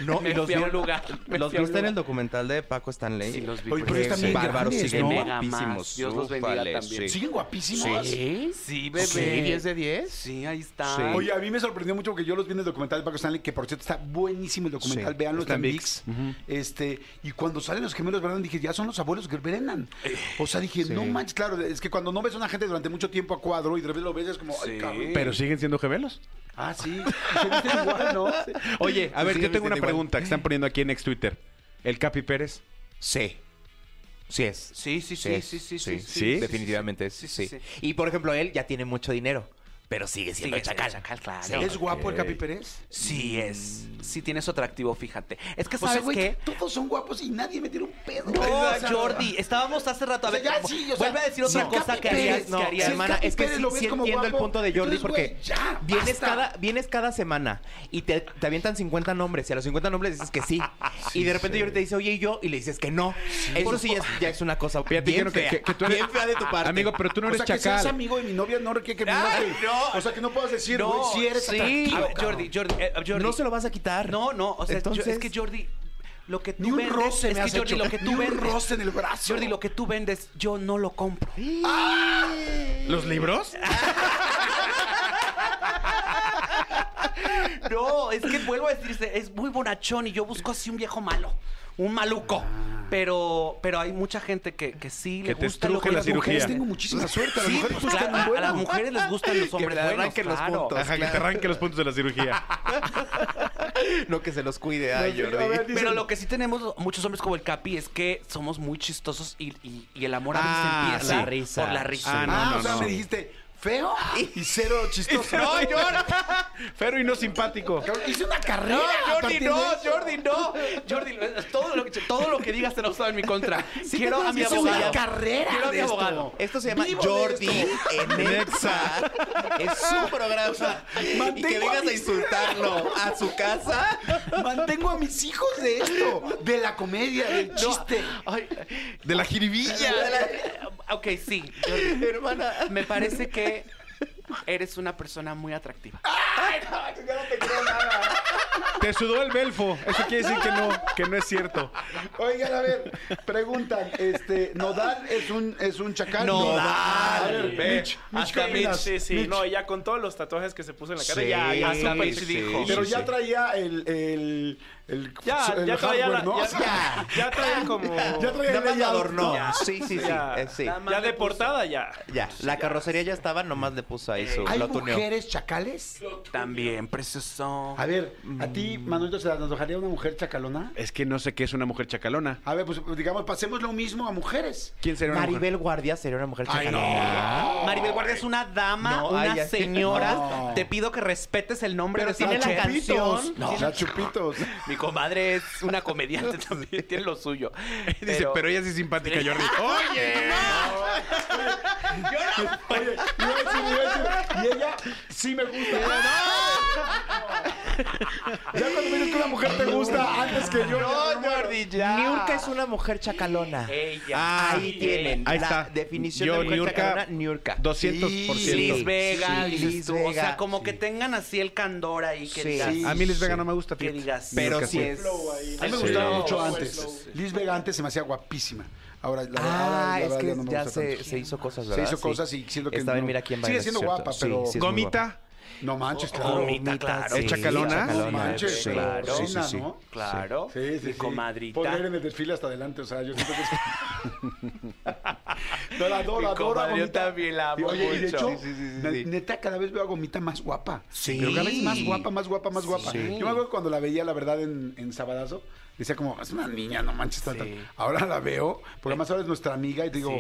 [SPEAKER 4] No,
[SPEAKER 6] Me
[SPEAKER 4] y los
[SPEAKER 6] fui a un
[SPEAKER 4] vieron-
[SPEAKER 6] lugar, me
[SPEAKER 4] ¿Los
[SPEAKER 6] fui a un
[SPEAKER 4] viste
[SPEAKER 6] lugar.
[SPEAKER 4] en el documental de Paco Stanley?
[SPEAKER 3] Sí, los vi.
[SPEAKER 2] Oye,
[SPEAKER 3] porque-
[SPEAKER 2] pero están bien
[SPEAKER 4] bárbaros,
[SPEAKER 2] grandes,
[SPEAKER 4] siguen
[SPEAKER 2] ¿no?
[SPEAKER 3] Mega más.
[SPEAKER 4] guapísimos.
[SPEAKER 3] Dios los bendiga
[SPEAKER 4] Ufale,
[SPEAKER 3] también.
[SPEAKER 4] sí.
[SPEAKER 2] ¿Siguen guapísimos?
[SPEAKER 3] ¿Sí? Sí, bebé.
[SPEAKER 4] Sí, 10 de 10.
[SPEAKER 3] Sí, ahí está.
[SPEAKER 4] Sí.
[SPEAKER 2] Oye, a mí me sorprendió mucho porque yo los vi en el documental de Paco Stanley, que por cierto está buenísimo el documental,
[SPEAKER 4] Sí,
[SPEAKER 2] véanlo,
[SPEAKER 5] está
[SPEAKER 2] está en
[SPEAKER 5] en
[SPEAKER 2] VIX. Este, y cuando salen los gemelos Brennan, dije, ya son los abuelos que Brennan. O sea, dije, no manches, claro, es que cuando no ves a una gente durante mucho tiempo a cuadro y de repente lo ves es como, ay,
[SPEAKER 3] Sí.
[SPEAKER 2] cabrón.
[SPEAKER 5] Pero siguen siendo gemelos.
[SPEAKER 2] Ah, sí, y se visten igual, ¿no?
[SPEAKER 5] Oye, a
[SPEAKER 4] Sí, siguen
[SPEAKER 5] ver, yo tengo una
[SPEAKER 4] vistiendo igual.
[SPEAKER 5] pregunta que están poniendo aquí en ex Twitter. El Capi Pérez.
[SPEAKER 4] Sí. Sí es.
[SPEAKER 3] Sí, sí, sí, sí, sí, sí.
[SPEAKER 5] sí,
[SPEAKER 4] Definitivamente es,
[SPEAKER 3] sí,
[SPEAKER 4] sí,
[SPEAKER 3] sí, sí.
[SPEAKER 4] Y por ejemplo, él ya tiene mucho dinero, pero sigue siendo
[SPEAKER 3] Sigue siendo
[SPEAKER 4] chacal.
[SPEAKER 3] chacal, claro. Mm.
[SPEAKER 4] Sí.
[SPEAKER 2] ¿Es guapo el Capi Pérez?
[SPEAKER 3] Sí es. Sí tiene su atractivo, fíjate. Es que
[SPEAKER 2] O sea,
[SPEAKER 3] sabes
[SPEAKER 2] güey,
[SPEAKER 3] qué?
[SPEAKER 2] todos son guapos y nadie me tira un pedo.
[SPEAKER 3] No,
[SPEAKER 2] O sea,
[SPEAKER 3] Jordi, estábamos hace rato. A
[SPEAKER 2] O sea,
[SPEAKER 3] ver,
[SPEAKER 2] ya sí, o sea,
[SPEAKER 3] vuelve a decir otra
[SPEAKER 2] no,
[SPEAKER 3] cosa
[SPEAKER 2] Capi
[SPEAKER 3] que harías.
[SPEAKER 2] Pérez,
[SPEAKER 3] que
[SPEAKER 4] no,
[SPEAKER 3] harías.
[SPEAKER 2] Si el
[SPEAKER 4] hermana,
[SPEAKER 2] Capi
[SPEAKER 4] es que
[SPEAKER 2] Pérez
[SPEAKER 4] sí,
[SPEAKER 2] lo ves
[SPEAKER 4] sí
[SPEAKER 2] como
[SPEAKER 4] entiendo el
[SPEAKER 2] guapo,
[SPEAKER 4] punto de Jordi
[SPEAKER 2] entonces,
[SPEAKER 4] porque
[SPEAKER 2] güey, ya,
[SPEAKER 4] vienes,
[SPEAKER 2] basta.
[SPEAKER 4] cada, vienes cada semana y te, te avientan 50 nombres y a los 50 nombres dices que sí. y de repente Jordi te dice, oye, y yo, y le dices que no. Eso sí es- ya es una cosa
[SPEAKER 5] Fíjate
[SPEAKER 4] bien,
[SPEAKER 5] que no, que-
[SPEAKER 4] fea,
[SPEAKER 5] que- que tú eres-
[SPEAKER 4] bien fea de tu parte.
[SPEAKER 5] Amigo, pero tú no
[SPEAKER 2] o
[SPEAKER 5] eres
[SPEAKER 2] sea, que seas
[SPEAKER 5] chacal.
[SPEAKER 2] amigo de mi novia no requiere que me
[SPEAKER 4] Ay,
[SPEAKER 2] enoje.
[SPEAKER 4] no.
[SPEAKER 2] O sea, que no puedas decir, güey, si eres
[SPEAKER 4] sí.
[SPEAKER 2] atractivo,
[SPEAKER 3] A ver,
[SPEAKER 2] cabrón.
[SPEAKER 3] Jordi, Jordi, eh, Jordi.
[SPEAKER 4] no se lo vas a quitar.
[SPEAKER 3] No, no, o sea, yo-
[SPEAKER 4] Entonces-
[SPEAKER 3] es que Jordi, lo que tú
[SPEAKER 2] Ni un
[SPEAKER 3] vendes,
[SPEAKER 2] roce
[SPEAKER 3] es
[SPEAKER 2] me
[SPEAKER 3] que
[SPEAKER 2] has
[SPEAKER 3] Jordi,
[SPEAKER 2] hecho.
[SPEAKER 3] lo que tú
[SPEAKER 2] Ni un
[SPEAKER 3] vendes,
[SPEAKER 2] roce en el brazo.
[SPEAKER 3] Jordi, lo que tú vendes, yo no lo compro.
[SPEAKER 5] ¿Los libros?
[SPEAKER 3] No, es que vuelvo a decirse, es muy bonachón y yo busco así un viejo malo, un maluco. Pero, pero hay mucha gente que, que sí le
[SPEAKER 5] Ah. Que te
[SPEAKER 3] gusta lo
[SPEAKER 5] estruje
[SPEAKER 3] que
[SPEAKER 5] la
[SPEAKER 3] las mujeres
[SPEAKER 5] cirugía.
[SPEAKER 2] Tengo muchísima suerte. A las
[SPEAKER 3] Sí,
[SPEAKER 2] mujeres
[SPEAKER 3] pues
[SPEAKER 2] buscan
[SPEAKER 3] claro,
[SPEAKER 2] un
[SPEAKER 3] a- a
[SPEAKER 2] bueno.
[SPEAKER 3] las mujeres les gustan los hombres
[SPEAKER 4] me
[SPEAKER 3] buenos,
[SPEAKER 4] arranquen los
[SPEAKER 3] claro.
[SPEAKER 4] puntos.
[SPEAKER 5] Ajá, que te arranque los puntos de la cirugía.
[SPEAKER 4] No que se los cuide,
[SPEAKER 2] No,
[SPEAKER 4] ay,
[SPEAKER 2] sí, a ver,
[SPEAKER 4] Jordi.
[SPEAKER 3] Pero lo que sí tenemos muchos hombres como el Capi es que somos muy chistosos y, y- y el amor a
[SPEAKER 5] Ah,
[SPEAKER 3] veces empieza
[SPEAKER 4] la risa.
[SPEAKER 3] por la risa.
[SPEAKER 5] Ah, no,
[SPEAKER 2] Ah,
[SPEAKER 5] no,
[SPEAKER 2] o sea,
[SPEAKER 5] no.
[SPEAKER 2] me dijiste feo y cero chistoso.
[SPEAKER 5] No, Jordi. Pero y no simpático.
[SPEAKER 2] Cabrón, Hice una carrera.
[SPEAKER 3] No,
[SPEAKER 2] a
[SPEAKER 3] Jordi,
[SPEAKER 2] partir
[SPEAKER 3] no,
[SPEAKER 2] de eso.
[SPEAKER 3] Jordi, no. Jordi, todo lo que, todo lo que digas te lo usado en mi contra. Quiero a mi
[SPEAKER 2] hice una
[SPEAKER 3] abogado.
[SPEAKER 2] carrera
[SPEAKER 3] Quiero a mi
[SPEAKER 2] de esto.
[SPEAKER 3] abogado.
[SPEAKER 4] Esto se llama
[SPEAKER 2] Vivo de
[SPEAKER 4] Jordi
[SPEAKER 2] esto.
[SPEAKER 4] en Exa. Es su programa. Y
[SPEAKER 2] mantengo
[SPEAKER 4] que
[SPEAKER 2] a
[SPEAKER 4] vengas a
[SPEAKER 2] mis-
[SPEAKER 4] insultarlo a su casa.
[SPEAKER 2] Mantengo a mis hijos de esto, de la comedia, del chiste.
[SPEAKER 3] Ay,
[SPEAKER 5] De la jiribilla.
[SPEAKER 3] ok, sí. Jordi. Me parece que eres una persona muy atractiva.
[SPEAKER 4] Ah,
[SPEAKER 5] Te sudó el belfo. Eso quiere decir que no, que no es cierto.
[SPEAKER 2] Oigan, a ver, preguntan, este, ¿Nodal es un, es un chacal?
[SPEAKER 4] Nodal.
[SPEAKER 2] A ver,
[SPEAKER 7] Ve,
[SPEAKER 2] Mitch, Mitch,
[SPEAKER 7] hasta
[SPEAKER 2] ¿qué
[SPEAKER 7] Mitch,
[SPEAKER 2] opinas?
[SPEAKER 7] sí, sí.
[SPEAKER 2] Mitch,
[SPEAKER 7] No, ya con todos los tatuajes que se puso en la cara,
[SPEAKER 4] Sí,
[SPEAKER 7] ya, ya
[SPEAKER 4] sí,
[SPEAKER 7] súper
[SPEAKER 4] sí,
[SPEAKER 7] dijo.
[SPEAKER 2] Pero
[SPEAKER 4] sí,
[SPEAKER 2] ya
[SPEAKER 4] sí.
[SPEAKER 2] traía el, el, el,
[SPEAKER 7] Ya,
[SPEAKER 2] el
[SPEAKER 7] ya traía,
[SPEAKER 2] hardware,
[SPEAKER 7] la-
[SPEAKER 2] ¿no?
[SPEAKER 7] ya,
[SPEAKER 2] O sea,
[SPEAKER 7] ya, traía como...
[SPEAKER 2] ya traía
[SPEAKER 4] Nada
[SPEAKER 2] el
[SPEAKER 4] más lo
[SPEAKER 2] layout,
[SPEAKER 4] adornó.
[SPEAKER 2] ¿no?
[SPEAKER 4] Sí, sí, sí.
[SPEAKER 7] ya,
[SPEAKER 4] eh, sí.
[SPEAKER 7] ya de portada, ya.
[SPEAKER 4] Ya, la carrocería ya estaba, nomás le puso ahí su.
[SPEAKER 2] ¿Hay
[SPEAKER 4] Lo tuneó.
[SPEAKER 2] mujeres chacales?
[SPEAKER 3] También, precioso.
[SPEAKER 2] A ver, ¿a ti, Manuelito, se te antojaría una mujer chacalona?
[SPEAKER 5] Es que no sé qué es una mujer chacalona.
[SPEAKER 2] A ver, pues digamos, pasemos lo mismo a mujeres.
[SPEAKER 5] ¿Quién sería una mujer?
[SPEAKER 4] Maribel Guardia sería una mujer
[SPEAKER 2] Ay,
[SPEAKER 4] chacalona.
[SPEAKER 3] Maribel Guardia es una dama,
[SPEAKER 4] No,
[SPEAKER 3] una
[SPEAKER 4] ay, ya.
[SPEAKER 3] señora.
[SPEAKER 2] No.
[SPEAKER 3] Te pido que respetes el nombre
[SPEAKER 4] Pero
[SPEAKER 3] de esta
[SPEAKER 4] tiene la
[SPEAKER 3] mujer.
[SPEAKER 4] canción.
[SPEAKER 3] No.
[SPEAKER 2] La chupitos.
[SPEAKER 3] Mi comadre es una comediante también, tiene lo suyo.
[SPEAKER 5] Dice, pero ella sí es simpática, Jordi. ¡Oye!
[SPEAKER 2] Oye, iba a decir, iba a decir, y ella sí me gusta. Ya cuando me dices que una mujer te gusta antes que yo. ya me muero.
[SPEAKER 4] Niurka es una mujer chacalona.
[SPEAKER 3] Ella.
[SPEAKER 4] Ahí tienen.
[SPEAKER 5] Ahí
[SPEAKER 4] la
[SPEAKER 5] está.
[SPEAKER 4] definición
[SPEAKER 5] Yo,
[SPEAKER 4] de mujer
[SPEAKER 5] Niurka,
[SPEAKER 4] chacalona, Niurka.
[SPEAKER 5] 200%.
[SPEAKER 3] Sí, Liz Vega,
[SPEAKER 4] Sí,
[SPEAKER 3] dices
[SPEAKER 4] Liz
[SPEAKER 3] tú, O
[SPEAKER 4] Vega,
[SPEAKER 3] sea, como
[SPEAKER 4] sí.
[SPEAKER 3] que tengan así el candor ahí que
[SPEAKER 4] Sí.
[SPEAKER 3] digas.
[SPEAKER 4] Sí.
[SPEAKER 5] A mí Liz Vega no me gusta,
[SPEAKER 3] Que
[SPEAKER 5] fíjate.
[SPEAKER 3] digas.
[SPEAKER 5] Pero sí
[SPEAKER 4] es.
[SPEAKER 2] A mí me
[SPEAKER 5] Sí.
[SPEAKER 2] gustaba
[SPEAKER 5] Sí.
[SPEAKER 2] mucho
[SPEAKER 7] Slow,
[SPEAKER 2] antes.
[SPEAKER 7] slow.
[SPEAKER 2] Liz Vega antes se me hacía guapísima. Ahora, la verdad, ahora,
[SPEAKER 4] Ah,
[SPEAKER 2] la
[SPEAKER 4] es
[SPEAKER 2] verdad,
[SPEAKER 4] que
[SPEAKER 2] ya no me
[SPEAKER 4] ya
[SPEAKER 2] gusta
[SPEAKER 4] se,
[SPEAKER 2] tanto.
[SPEAKER 4] se hizo cosas,
[SPEAKER 2] Se
[SPEAKER 4] ¿verdad?
[SPEAKER 2] hizo cosas y siento que
[SPEAKER 4] Estaba en
[SPEAKER 2] no-
[SPEAKER 4] Mira quién
[SPEAKER 2] sigue
[SPEAKER 4] baila,
[SPEAKER 2] siendo
[SPEAKER 4] es cierto.
[SPEAKER 2] guapa,
[SPEAKER 4] Sí,
[SPEAKER 2] pero-
[SPEAKER 4] sí es muy guapa.
[SPEAKER 5] Gomita.
[SPEAKER 2] No manches, claro.
[SPEAKER 3] Gomita, claro.
[SPEAKER 5] ¿Es
[SPEAKER 4] sí,
[SPEAKER 5] chacalona?
[SPEAKER 2] No manches,
[SPEAKER 4] sí,
[SPEAKER 2] claro.
[SPEAKER 4] claro.
[SPEAKER 2] Sí,
[SPEAKER 4] Sí, sí,
[SPEAKER 2] ¿no?
[SPEAKER 3] Claro.
[SPEAKER 2] Sí, sí,
[SPEAKER 3] Mi
[SPEAKER 2] sí.
[SPEAKER 3] comadrita.
[SPEAKER 2] Poner en el desfile hasta adelante, o sea, yo siento que es... no, la adoro,
[SPEAKER 3] Mi
[SPEAKER 2] adoro a
[SPEAKER 3] comadre, yo
[SPEAKER 2] Gomita.
[SPEAKER 3] también la amo
[SPEAKER 2] Oye, y de
[SPEAKER 3] mucho.
[SPEAKER 2] hecho,
[SPEAKER 3] Sí,
[SPEAKER 2] ne- neta, cada vez veo a Gomita más guapa. Sí. Pero cada vez más guapa, más guapa, más guapa. Yo me acuerdo cuando la veía, la verdad, en, en Sabadazo, decía como, es una niña, no manches. tal, tal". Ahora la veo, porque además ahora es nuestra amiga y te digo,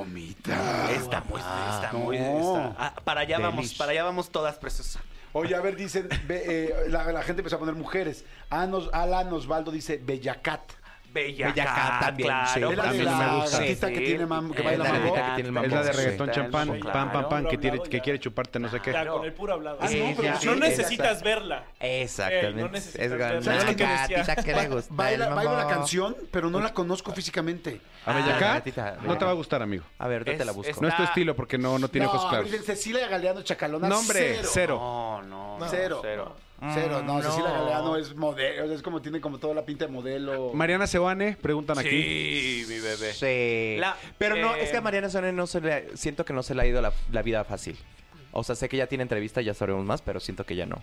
[SPEAKER 2] Gomita.
[SPEAKER 3] Está muy, está muy.
[SPEAKER 2] No.
[SPEAKER 3] está- ah, para allá vamos, para allá vamos todas, preciosa.
[SPEAKER 2] Oye, a ver, dicen, ve, eh, la, la gente empezó a poner mujeres. Anos, Alan Osvaldo dice Bellacat.
[SPEAKER 3] Bella,
[SPEAKER 4] Bella Cat
[SPEAKER 3] Cat,
[SPEAKER 4] también, sí,
[SPEAKER 3] claro.
[SPEAKER 2] Es la
[SPEAKER 4] A
[SPEAKER 2] de
[SPEAKER 4] mí
[SPEAKER 2] la
[SPEAKER 4] no me gusta.
[SPEAKER 2] gatita que tiene mam- que
[SPEAKER 4] Es
[SPEAKER 2] baila
[SPEAKER 4] la
[SPEAKER 2] mambo.
[SPEAKER 4] gatita que tiene el mambo.
[SPEAKER 5] Es la de reggaetón
[SPEAKER 3] Ah, Sí.
[SPEAKER 5] champán,
[SPEAKER 3] Claro.
[SPEAKER 5] pam, pam, pam, que, tiene-
[SPEAKER 7] Claro.
[SPEAKER 5] que quiere chuparte no sé qué.
[SPEAKER 7] Ya,
[SPEAKER 3] Claro.
[SPEAKER 7] con el puro hablado.
[SPEAKER 2] Ah, no, pero
[SPEAKER 7] no
[SPEAKER 2] sí,
[SPEAKER 7] necesitas verla.
[SPEAKER 4] Exactamente.
[SPEAKER 7] Eh, no necesitas
[SPEAKER 4] es
[SPEAKER 7] verla.
[SPEAKER 4] la
[SPEAKER 7] ¿Sabes qué te decía?
[SPEAKER 4] gatita que le gusta.
[SPEAKER 2] Baila,
[SPEAKER 4] el
[SPEAKER 2] baila la
[SPEAKER 4] mambo.
[SPEAKER 2] canción, pero no la conozco físicamente.
[SPEAKER 5] A
[SPEAKER 4] Ah,
[SPEAKER 5] Bellacá
[SPEAKER 4] gatita,
[SPEAKER 5] no te
[SPEAKER 4] Bellacá.
[SPEAKER 5] va a gustar, amigo.
[SPEAKER 4] A ver, yo te la
[SPEAKER 3] Es-
[SPEAKER 4] busco.
[SPEAKER 3] es-
[SPEAKER 5] No es tu
[SPEAKER 3] Está-
[SPEAKER 5] estilo porque no, no tiene
[SPEAKER 2] Ah. no,
[SPEAKER 5] ojos
[SPEAKER 2] a ver,
[SPEAKER 5] claros.
[SPEAKER 2] dicen Cecilia Galeano Chacalona.
[SPEAKER 5] No, hombre,
[SPEAKER 2] cero.
[SPEAKER 5] cero.
[SPEAKER 3] No, no, no.
[SPEAKER 2] Cero.
[SPEAKER 3] Cero.
[SPEAKER 2] Cero. No,
[SPEAKER 4] Mm,
[SPEAKER 2] Cecilia
[SPEAKER 4] no.
[SPEAKER 2] Galeano es modelo, o sea, es como tiene como toda la pinta de modelo.
[SPEAKER 5] Mariana Seoane, preguntan aquí.
[SPEAKER 3] Sí, mi bebé.
[SPEAKER 4] Sí.
[SPEAKER 3] La-
[SPEAKER 4] Pero no,
[SPEAKER 3] eh,
[SPEAKER 4] es que a Mariana Sonia no se le, siento que no se le ha ido la, la vida fácil. O sea, sé que ya tiene entrevista, ya sabremos más, pero siento que ya no.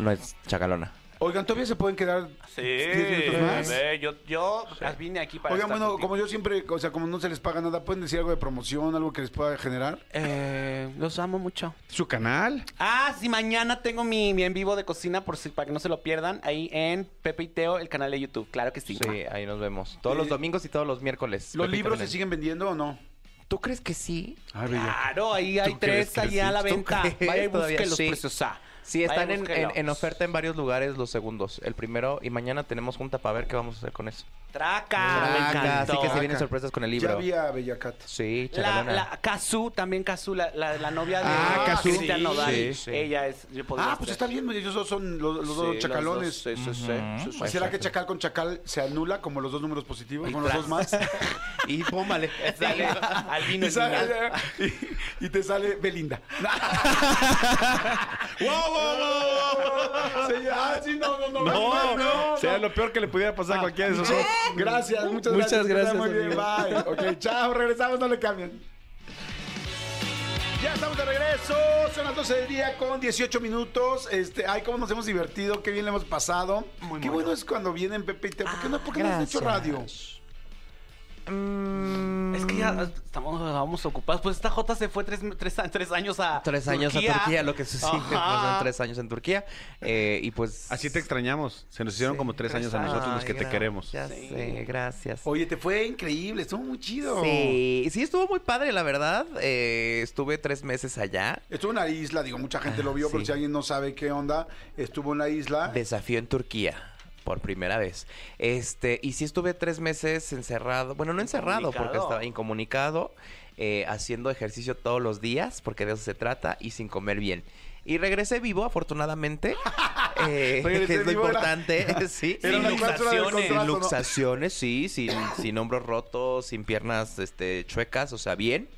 [SPEAKER 4] No es chacalona.
[SPEAKER 2] Oigan, todavía se pueden quedar
[SPEAKER 3] Sí,
[SPEAKER 2] 10 minutos más.
[SPEAKER 3] bebé. Yo, yo Pues vine aquí para.
[SPEAKER 2] eh. Oigan,
[SPEAKER 3] estar
[SPEAKER 2] bueno,
[SPEAKER 3] contigo.
[SPEAKER 2] como yo siempre, o sea, como no se les paga nada, ¿pueden decir algo de promoción, algo que les pueda generar?
[SPEAKER 3] Eh, los amo mucho.
[SPEAKER 5] Su canal.
[SPEAKER 3] Ah, sí, mañana tengo mi, mi en vivo de cocina por si, para que no se lo pierdan. Ahí en Pepe y Teo, el canal de YouTube. Claro que sí.
[SPEAKER 4] Sí, ahí nos vemos. Todos los domingos y todos los miércoles.
[SPEAKER 2] ¿Los
[SPEAKER 4] Pepito
[SPEAKER 2] libros se
[SPEAKER 4] Belén.
[SPEAKER 2] siguen vendiendo o no?
[SPEAKER 4] ¿Tú crees que sí?
[SPEAKER 2] Ah,
[SPEAKER 3] Claro, ahí hay tres allá a la
[SPEAKER 4] ¿Tú
[SPEAKER 3] venta.
[SPEAKER 4] crees?
[SPEAKER 3] Vaya y
[SPEAKER 4] Todavía
[SPEAKER 3] búsquelos,
[SPEAKER 4] sí.
[SPEAKER 3] preciosa.
[SPEAKER 4] Sí,
[SPEAKER 3] Vaya,
[SPEAKER 4] están en, en-
[SPEAKER 3] búsquelos.
[SPEAKER 4] en oferta en varios lugares los segundos. El primero y mañana tenemos junta para ver qué vamos a hacer con eso.
[SPEAKER 3] Traca, Ah, me
[SPEAKER 4] Traca,
[SPEAKER 3] encantó.
[SPEAKER 4] así que se vienen
[SPEAKER 2] Traca.
[SPEAKER 4] sorpresas con el
[SPEAKER 2] Ya
[SPEAKER 4] libro.
[SPEAKER 2] había Bellacat.
[SPEAKER 4] Sí,
[SPEAKER 3] La,
[SPEAKER 4] chacalona.
[SPEAKER 3] la Kazu, también Kazu, la, la, la novia de
[SPEAKER 5] Ah, Kazu.
[SPEAKER 3] Cristian Nodal.
[SPEAKER 4] Sí, sí.
[SPEAKER 3] Ella es. Yo podría
[SPEAKER 2] Ah, pues
[SPEAKER 3] ser.
[SPEAKER 2] está bien, ellos dos son los, los
[SPEAKER 3] Sí,
[SPEAKER 2] dos chacalones.
[SPEAKER 3] dos, sí,
[SPEAKER 5] eh,
[SPEAKER 3] sí, sí, sí, sí.
[SPEAKER 4] Ujú.
[SPEAKER 2] ¿Será que chacal con chacal se anula como los dos números positivos,
[SPEAKER 4] Y
[SPEAKER 2] como los
[SPEAKER 4] tras.
[SPEAKER 2] dos más?
[SPEAKER 4] Y pómale.
[SPEAKER 3] Dale, al vino
[SPEAKER 2] y,
[SPEAKER 3] el
[SPEAKER 2] sale-
[SPEAKER 3] vinal.
[SPEAKER 2] y- y te sale Belinda. Sí, ah, sí, no, no, no. Ah.
[SPEAKER 5] No, no. Sería lo peor que le pudiera pasar a cualquiera de esos dos.
[SPEAKER 2] Gracias, muchas, gracias.
[SPEAKER 5] Muchas
[SPEAKER 2] que
[SPEAKER 5] gracias,
[SPEAKER 2] te vaya Muy bien, bye. Ok, chao, regresamos, no le cambien. Ya estamos de regreso, son las 12 del día con 18 minutos. Este, ay, cómo nos hemos divertido, qué bien le hemos pasado. qué bueno es cuando vienen Pepe y Teo. ¿Por qué no, por qué no has hecho radio?
[SPEAKER 3] Mm. Es que ya estamos, estamos ocupados. Pues esta J se fue tres, tres, tres años a.
[SPEAKER 4] Tres años a Turquía, lo que sí,
[SPEAKER 3] Ajá.
[SPEAKER 4] pasan tres años en Turquía. Eh, y pues.
[SPEAKER 5] Así te extrañamos. Se nos hicieron
[SPEAKER 4] Sí,
[SPEAKER 5] como tres,
[SPEAKER 3] tres
[SPEAKER 5] años a nosotros los
[SPEAKER 4] Ay,
[SPEAKER 5] que te
[SPEAKER 4] gra-
[SPEAKER 5] queremos.
[SPEAKER 4] Ya
[SPEAKER 3] Sí.
[SPEAKER 4] sé, gracias.
[SPEAKER 2] Oye, te fue increíble, estuvo muy chido.
[SPEAKER 4] Sí, sí, estuvo muy padre, la verdad. Eh, estuve tres meses allá.
[SPEAKER 2] Estuvo en la isla, digo, mucha gente lo vio,
[SPEAKER 4] Sí.
[SPEAKER 2] pero si alguien no sabe qué onda, estuvo en la isla.
[SPEAKER 4] Desafío en Turquía. Por primera vez. Este, y sí estuve tres meses encerrado. Bueno, no encerrado, porque
[SPEAKER 3] Incomunicado.
[SPEAKER 4] estaba incomunicado, eh, haciendo ejercicio todos los días, porque de eso se trata, y sin comer bien. Y regresé vivo, afortunadamente. eh, que
[SPEAKER 2] Regresé
[SPEAKER 4] es lo
[SPEAKER 2] vivo, era-
[SPEAKER 4] importante. sí.
[SPEAKER 2] Era
[SPEAKER 4] Sin
[SPEAKER 2] una cláusula del
[SPEAKER 4] luxaciones.
[SPEAKER 2] contrato, ¿no?
[SPEAKER 4] Sin luxaciones, sí, sin, sin hombros rotos, sin piernas este, chuecas, o sea, bien.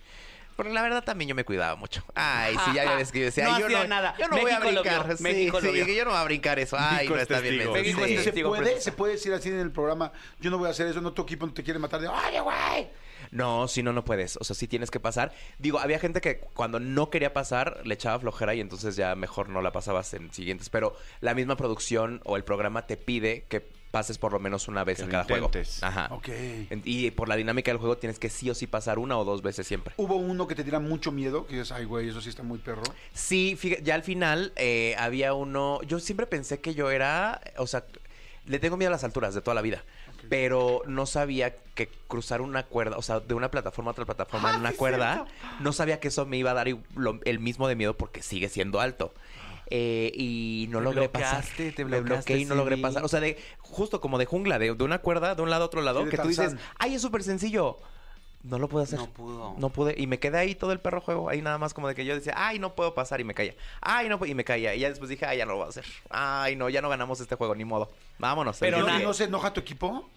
[SPEAKER 4] Pero la verdad también yo me cuidaba mucho. Ay, sí, ya ves que yo decía,
[SPEAKER 3] No
[SPEAKER 4] ay, yo
[SPEAKER 3] hacía
[SPEAKER 4] no,
[SPEAKER 3] nada.
[SPEAKER 4] yo no voy a
[SPEAKER 3] México lo vio,
[SPEAKER 4] brincar. Sí,
[SPEAKER 3] México lo
[SPEAKER 4] sí,
[SPEAKER 3] vio.
[SPEAKER 4] que yo no voy a brincar eso. Ay,
[SPEAKER 5] México
[SPEAKER 4] no
[SPEAKER 5] es
[SPEAKER 4] está bien.
[SPEAKER 5] testigo.
[SPEAKER 4] menso.
[SPEAKER 3] México es
[SPEAKER 4] Sí.
[SPEAKER 2] "Este, ¿Se
[SPEAKER 3] testigo. Digo,
[SPEAKER 2] puede?
[SPEAKER 3] pues-
[SPEAKER 2] ¿Se puede decir así en el programa? Yo no voy a hacer eso, no tu equipo no te quiere matar. de, Oye, güey.
[SPEAKER 4] No, si no, no puedes. O sea, sí tienes que pasar. Digo, había gente que cuando no quería pasar le echaba flojera y entonces ya mejor no la pasabas en siguientes. Pero la misma producción o el programa te pide que pases por lo menos una vez
[SPEAKER 5] Que
[SPEAKER 4] a
[SPEAKER 5] lo
[SPEAKER 4] cada
[SPEAKER 5] intentes.
[SPEAKER 4] juego. Ajá.
[SPEAKER 2] Ok.
[SPEAKER 4] En- Y por la dinámica del juego tienes que sí o sí pasar una o dos veces siempre.
[SPEAKER 2] Hubo uno que te diera mucho miedo, que dices, ay, güey, eso sí está muy perro.
[SPEAKER 4] Sí, fíjate, ya al final eh, había uno. Yo siempre pensé que yo era. O sea, le tengo miedo a las alturas de toda la vida. Pero no sabía que cruzar una cuerda, o sea, de una plataforma a otra plataforma
[SPEAKER 3] Ah,
[SPEAKER 4] en una cuerda, no sabía que eso me iba a dar i- lo- el mismo de miedo porque sigue siendo alto. Eh, y no
[SPEAKER 3] Te
[SPEAKER 4] logré pasar.
[SPEAKER 3] bloqueaste, te
[SPEAKER 4] Me bloqueé y
[SPEAKER 3] bloqueaste,
[SPEAKER 4] no logré
[SPEAKER 3] sí.
[SPEAKER 4] pasar. O sea, de justo como de jungla, de, de una cuerda de un lado a otro lado,
[SPEAKER 2] Sí, de
[SPEAKER 4] que tú dices,
[SPEAKER 2] Tarzán.
[SPEAKER 4] ay, es súper sencillo. No lo pude hacer.
[SPEAKER 3] No pudo.
[SPEAKER 4] No pude. Y me quedé ahí todo el perro juego. Ahí nada más como de que yo decía, ay, no puedo pasar. Y me caía. Ay, no puedo. Y me caía. Y ya después dije, ay, ya no lo voy a hacer. Ay, no, ya no ganamos este juego, ni modo. Vámonos.
[SPEAKER 3] Pero
[SPEAKER 4] Y
[SPEAKER 2] ¿No,
[SPEAKER 3] nada.
[SPEAKER 4] dije,
[SPEAKER 2] no se enoja tu equipo?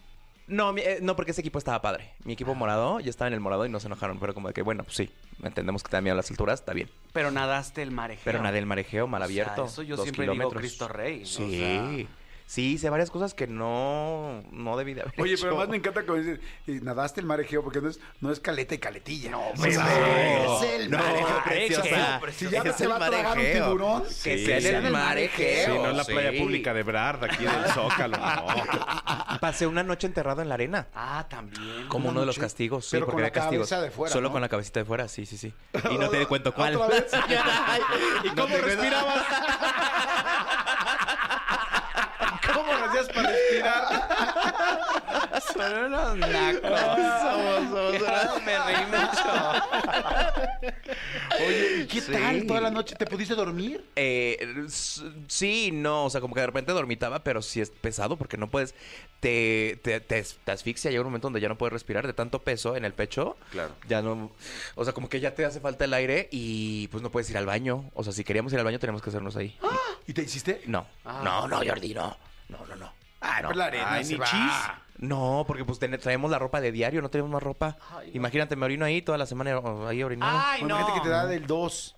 [SPEAKER 4] no, mi- eh, no, porque ese equipo estaba padre. Mi equipo morado, yo estaba en el morado y no se enojaron. Pero como de que, bueno, pues sí, entendemos que te da miedo las alturas, está bien.
[SPEAKER 3] Pero nadaste el marejeo.
[SPEAKER 4] Pero nada del marejeo,
[SPEAKER 3] O
[SPEAKER 4] mal
[SPEAKER 3] sea,
[SPEAKER 4] abierto.
[SPEAKER 3] eso yo
[SPEAKER 4] dos
[SPEAKER 3] siempre digo
[SPEAKER 4] kilómetros.
[SPEAKER 3] Cristo Rey.
[SPEAKER 4] Sí.
[SPEAKER 3] o sea.
[SPEAKER 4] Sí, hice varias cosas que no, no debí de haber
[SPEAKER 2] Oye, pero
[SPEAKER 4] hecho.
[SPEAKER 2] además me encanta como dices, eh, nadaste el marejeo, porque no es, no es caleta y caletilla. No,
[SPEAKER 4] pues, no.
[SPEAKER 2] es el
[SPEAKER 4] No,
[SPEAKER 2] marejeo.
[SPEAKER 4] preciosa.
[SPEAKER 2] preciosa. Si ya
[SPEAKER 4] Es
[SPEAKER 2] te
[SPEAKER 4] el
[SPEAKER 2] va a tragar un
[SPEAKER 4] marejeo.
[SPEAKER 2] tiburón, que
[SPEAKER 4] Sí.
[SPEAKER 2] sea en el
[SPEAKER 5] Sí,
[SPEAKER 2] marejeo.
[SPEAKER 5] no en la playa
[SPEAKER 4] sí.
[SPEAKER 5] pública de Brard, aquí del Zócalo. No.
[SPEAKER 4] Pasé una noche enterrado en la arena.
[SPEAKER 3] Ah, también.
[SPEAKER 4] Como
[SPEAKER 2] Una
[SPEAKER 4] uno de los
[SPEAKER 2] noche,
[SPEAKER 4] castigos, sí,
[SPEAKER 2] pero
[SPEAKER 4] porque
[SPEAKER 2] con
[SPEAKER 4] había
[SPEAKER 2] la
[SPEAKER 4] castigos.
[SPEAKER 2] cabeza de fuera,
[SPEAKER 4] Solo
[SPEAKER 2] ¿no?
[SPEAKER 4] con la cabecita de fuera, sí, sí, sí. Y no te di cuento cuál.
[SPEAKER 2] ¿Otra vez?
[SPEAKER 5] ¿Y cómo respirabas? ¿Cómo lo hacías para respirar?
[SPEAKER 3] Son unos nacos. Me reí mucho.
[SPEAKER 2] Oye, ¿qué tal? ¿Toda la noche te pudiste dormir?
[SPEAKER 4] Eh, s- sí, no, o sea, como que de repente dormitaba, pero sí es pesado porque no puedes, te, te, te, as- te asfixia, llega un momento donde ya no puedes respirar de tanto peso en el pecho.
[SPEAKER 5] Claro.
[SPEAKER 4] Ya no, o sea, como que ya te hace falta el aire y pues no puedes ir al baño. O sea, si queríamos ir al baño teníamos que hacernos ahí.
[SPEAKER 2] ¿Y te hiciste?
[SPEAKER 4] No, no, no, Jordi, no, no, no, no. Ah, no.
[SPEAKER 2] Por la arena,
[SPEAKER 5] Ay,
[SPEAKER 2] se
[SPEAKER 5] ni
[SPEAKER 2] va.
[SPEAKER 5] chis.
[SPEAKER 4] No, porque pues ten- traemos la ropa de diario, no tenemos más ropa. Imagínate, me orino ahí toda la semana o- ahí orinado.
[SPEAKER 3] Ay,
[SPEAKER 2] Bueno, gente
[SPEAKER 3] no.
[SPEAKER 2] que te da del 2.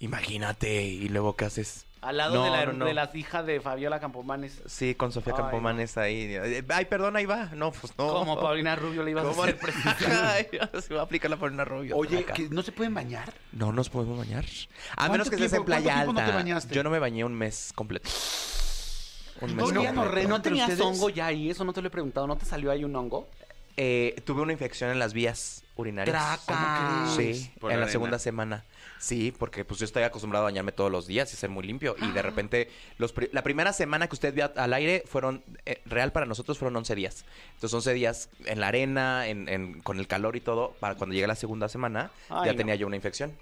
[SPEAKER 4] Imagínate, y luego ¿qué haces?
[SPEAKER 6] Al lado
[SPEAKER 4] No,
[SPEAKER 6] de, la,
[SPEAKER 4] no, no.
[SPEAKER 6] de las hijas de Fabiola Campomanes.
[SPEAKER 4] Sí, con Sofía
[SPEAKER 6] Ay,
[SPEAKER 4] Campomanes ahí. Eh, Ay, perdón, ahí va. No, pues no.
[SPEAKER 6] Como Paulina Rubio le ibas a
[SPEAKER 4] ¿Cómo?
[SPEAKER 6] hacer presente.
[SPEAKER 4] Ay, se va a aplicar la Paulina Rubio.
[SPEAKER 2] Oye,
[SPEAKER 4] Acá.
[SPEAKER 2] que ¿no se pueden bañar?
[SPEAKER 4] no nos podemos bañar. A
[SPEAKER 2] ¿Cuánto
[SPEAKER 4] menos que estés en
[SPEAKER 2] tiempo- cuánto
[SPEAKER 4] playa
[SPEAKER 2] tiempo no
[SPEAKER 4] alta.
[SPEAKER 2] te bañaste?
[SPEAKER 4] Yo no me bañé un mes completo. Un
[SPEAKER 2] ¿No olían
[SPEAKER 4] completo.
[SPEAKER 2] horrendo
[SPEAKER 3] ¿No
[SPEAKER 2] entre
[SPEAKER 3] tenías
[SPEAKER 2] ustedes?
[SPEAKER 3] hongo ya ahí? Eso no te lo he preguntado. ¿No te salió ahí un hongo?
[SPEAKER 4] Eh, tuve una infección en las vías urinarias.
[SPEAKER 3] Traca.
[SPEAKER 4] Sí,
[SPEAKER 5] Por
[SPEAKER 4] en
[SPEAKER 5] la
[SPEAKER 4] la
[SPEAKER 5] arena.
[SPEAKER 4] segunda semana. Sí, porque pues yo estoy acostumbrado a bañarme todos los días y ser muy limpio. Y
[SPEAKER 3] Ah.
[SPEAKER 4] de repente, los pri- la primera semana que usted vio al aire fueron, eh, real para nosotros fueron 11 días. Entonces 11 días en la arena, en, en- con el calor y todo, para cuando llegue la segunda semana,
[SPEAKER 3] Ay,
[SPEAKER 4] ya
[SPEAKER 3] no.
[SPEAKER 4] tenía yo una infección.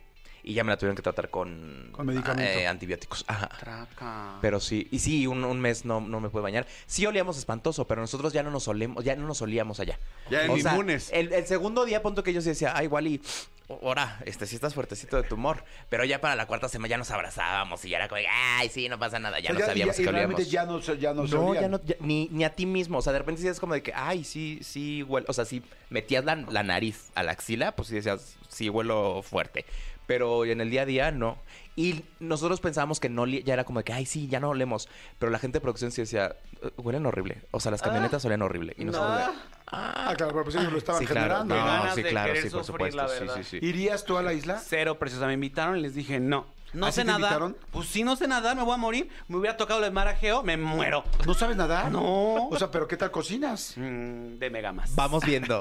[SPEAKER 4] Y ya me la tuvieron que tratar con,
[SPEAKER 2] Con medicamento.
[SPEAKER 4] eh, antibióticos. Ajá.
[SPEAKER 3] Traca.
[SPEAKER 4] Pero sí, y sí, un, un mes no, no me pude bañar. Sí olíamos espantoso, pero nosotros ya no nos olemos, ya no nos olíamos allá.
[SPEAKER 5] Ya en
[SPEAKER 4] O sea,
[SPEAKER 5] inmunes.
[SPEAKER 4] El, el segundo día, punto que yo sí decía, ay, Wally, ahora, este sí estás fuertecito de tumor. Pero ya para la cuarta semana ya nos abrazábamos y ya era como, ay, sí, no pasa nada, ya
[SPEAKER 2] O sea,
[SPEAKER 4] no sabíamos
[SPEAKER 2] y- y
[SPEAKER 4] que olíamos.
[SPEAKER 2] realmente ya no, se- ya no, se
[SPEAKER 4] No,
[SPEAKER 2] olían.
[SPEAKER 4] ya no, ya- ni, ni a ti mismo. O sea, de repente sí es como de que, ay, sí, sí, huelo. O sea, si metías la, la nariz a la axila, pues sí decías, sí, huelo fuerte. Pero en el día a día, no. Y nosotros pensábamos que no, oli- ya era como de que, ay, sí, ya no olemos. Pero la gente de producción sí decía, "Eh, huelen horrible. O sea, las
[SPEAKER 6] Ah.
[SPEAKER 4] camionetas huelen horrible. Y nosotros de,
[SPEAKER 2] Ah, claro, pero pues ellos lo estaban
[SPEAKER 4] sí, claro.
[SPEAKER 2] generando.
[SPEAKER 4] No,
[SPEAKER 6] ganas
[SPEAKER 4] sí,
[SPEAKER 6] de
[SPEAKER 4] claro,
[SPEAKER 6] querer
[SPEAKER 4] sí, por
[SPEAKER 6] sufrir, la
[SPEAKER 4] supuesto. Sí,
[SPEAKER 6] verdad.
[SPEAKER 4] sí, sí.
[SPEAKER 2] ¿Irías tú a la isla?
[SPEAKER 3] Cero preciosa. Me invitaron y les dije no. No
[SPEAKER 2] ¿Ah,
[SPEAKER 3] sé
[SPEAKER 2] sí te
[SPEAKER 3] nadar.
[SPEAKER 2] invitaron?
[SPEAKER 3] Pues sí, no sé nadar. Me voy a morir. Me hubiera tocado el marajeo. Me muero.
[SPEAKER 2] ¿No sabes nadar?
[SPEAKER 3] No.
[SPEAKER 2] O sea, ¿pero qué tal cocinas?
[SPEAKER 3] Mm, de Megamas.
[SPEAKER 4] Vamos viendo.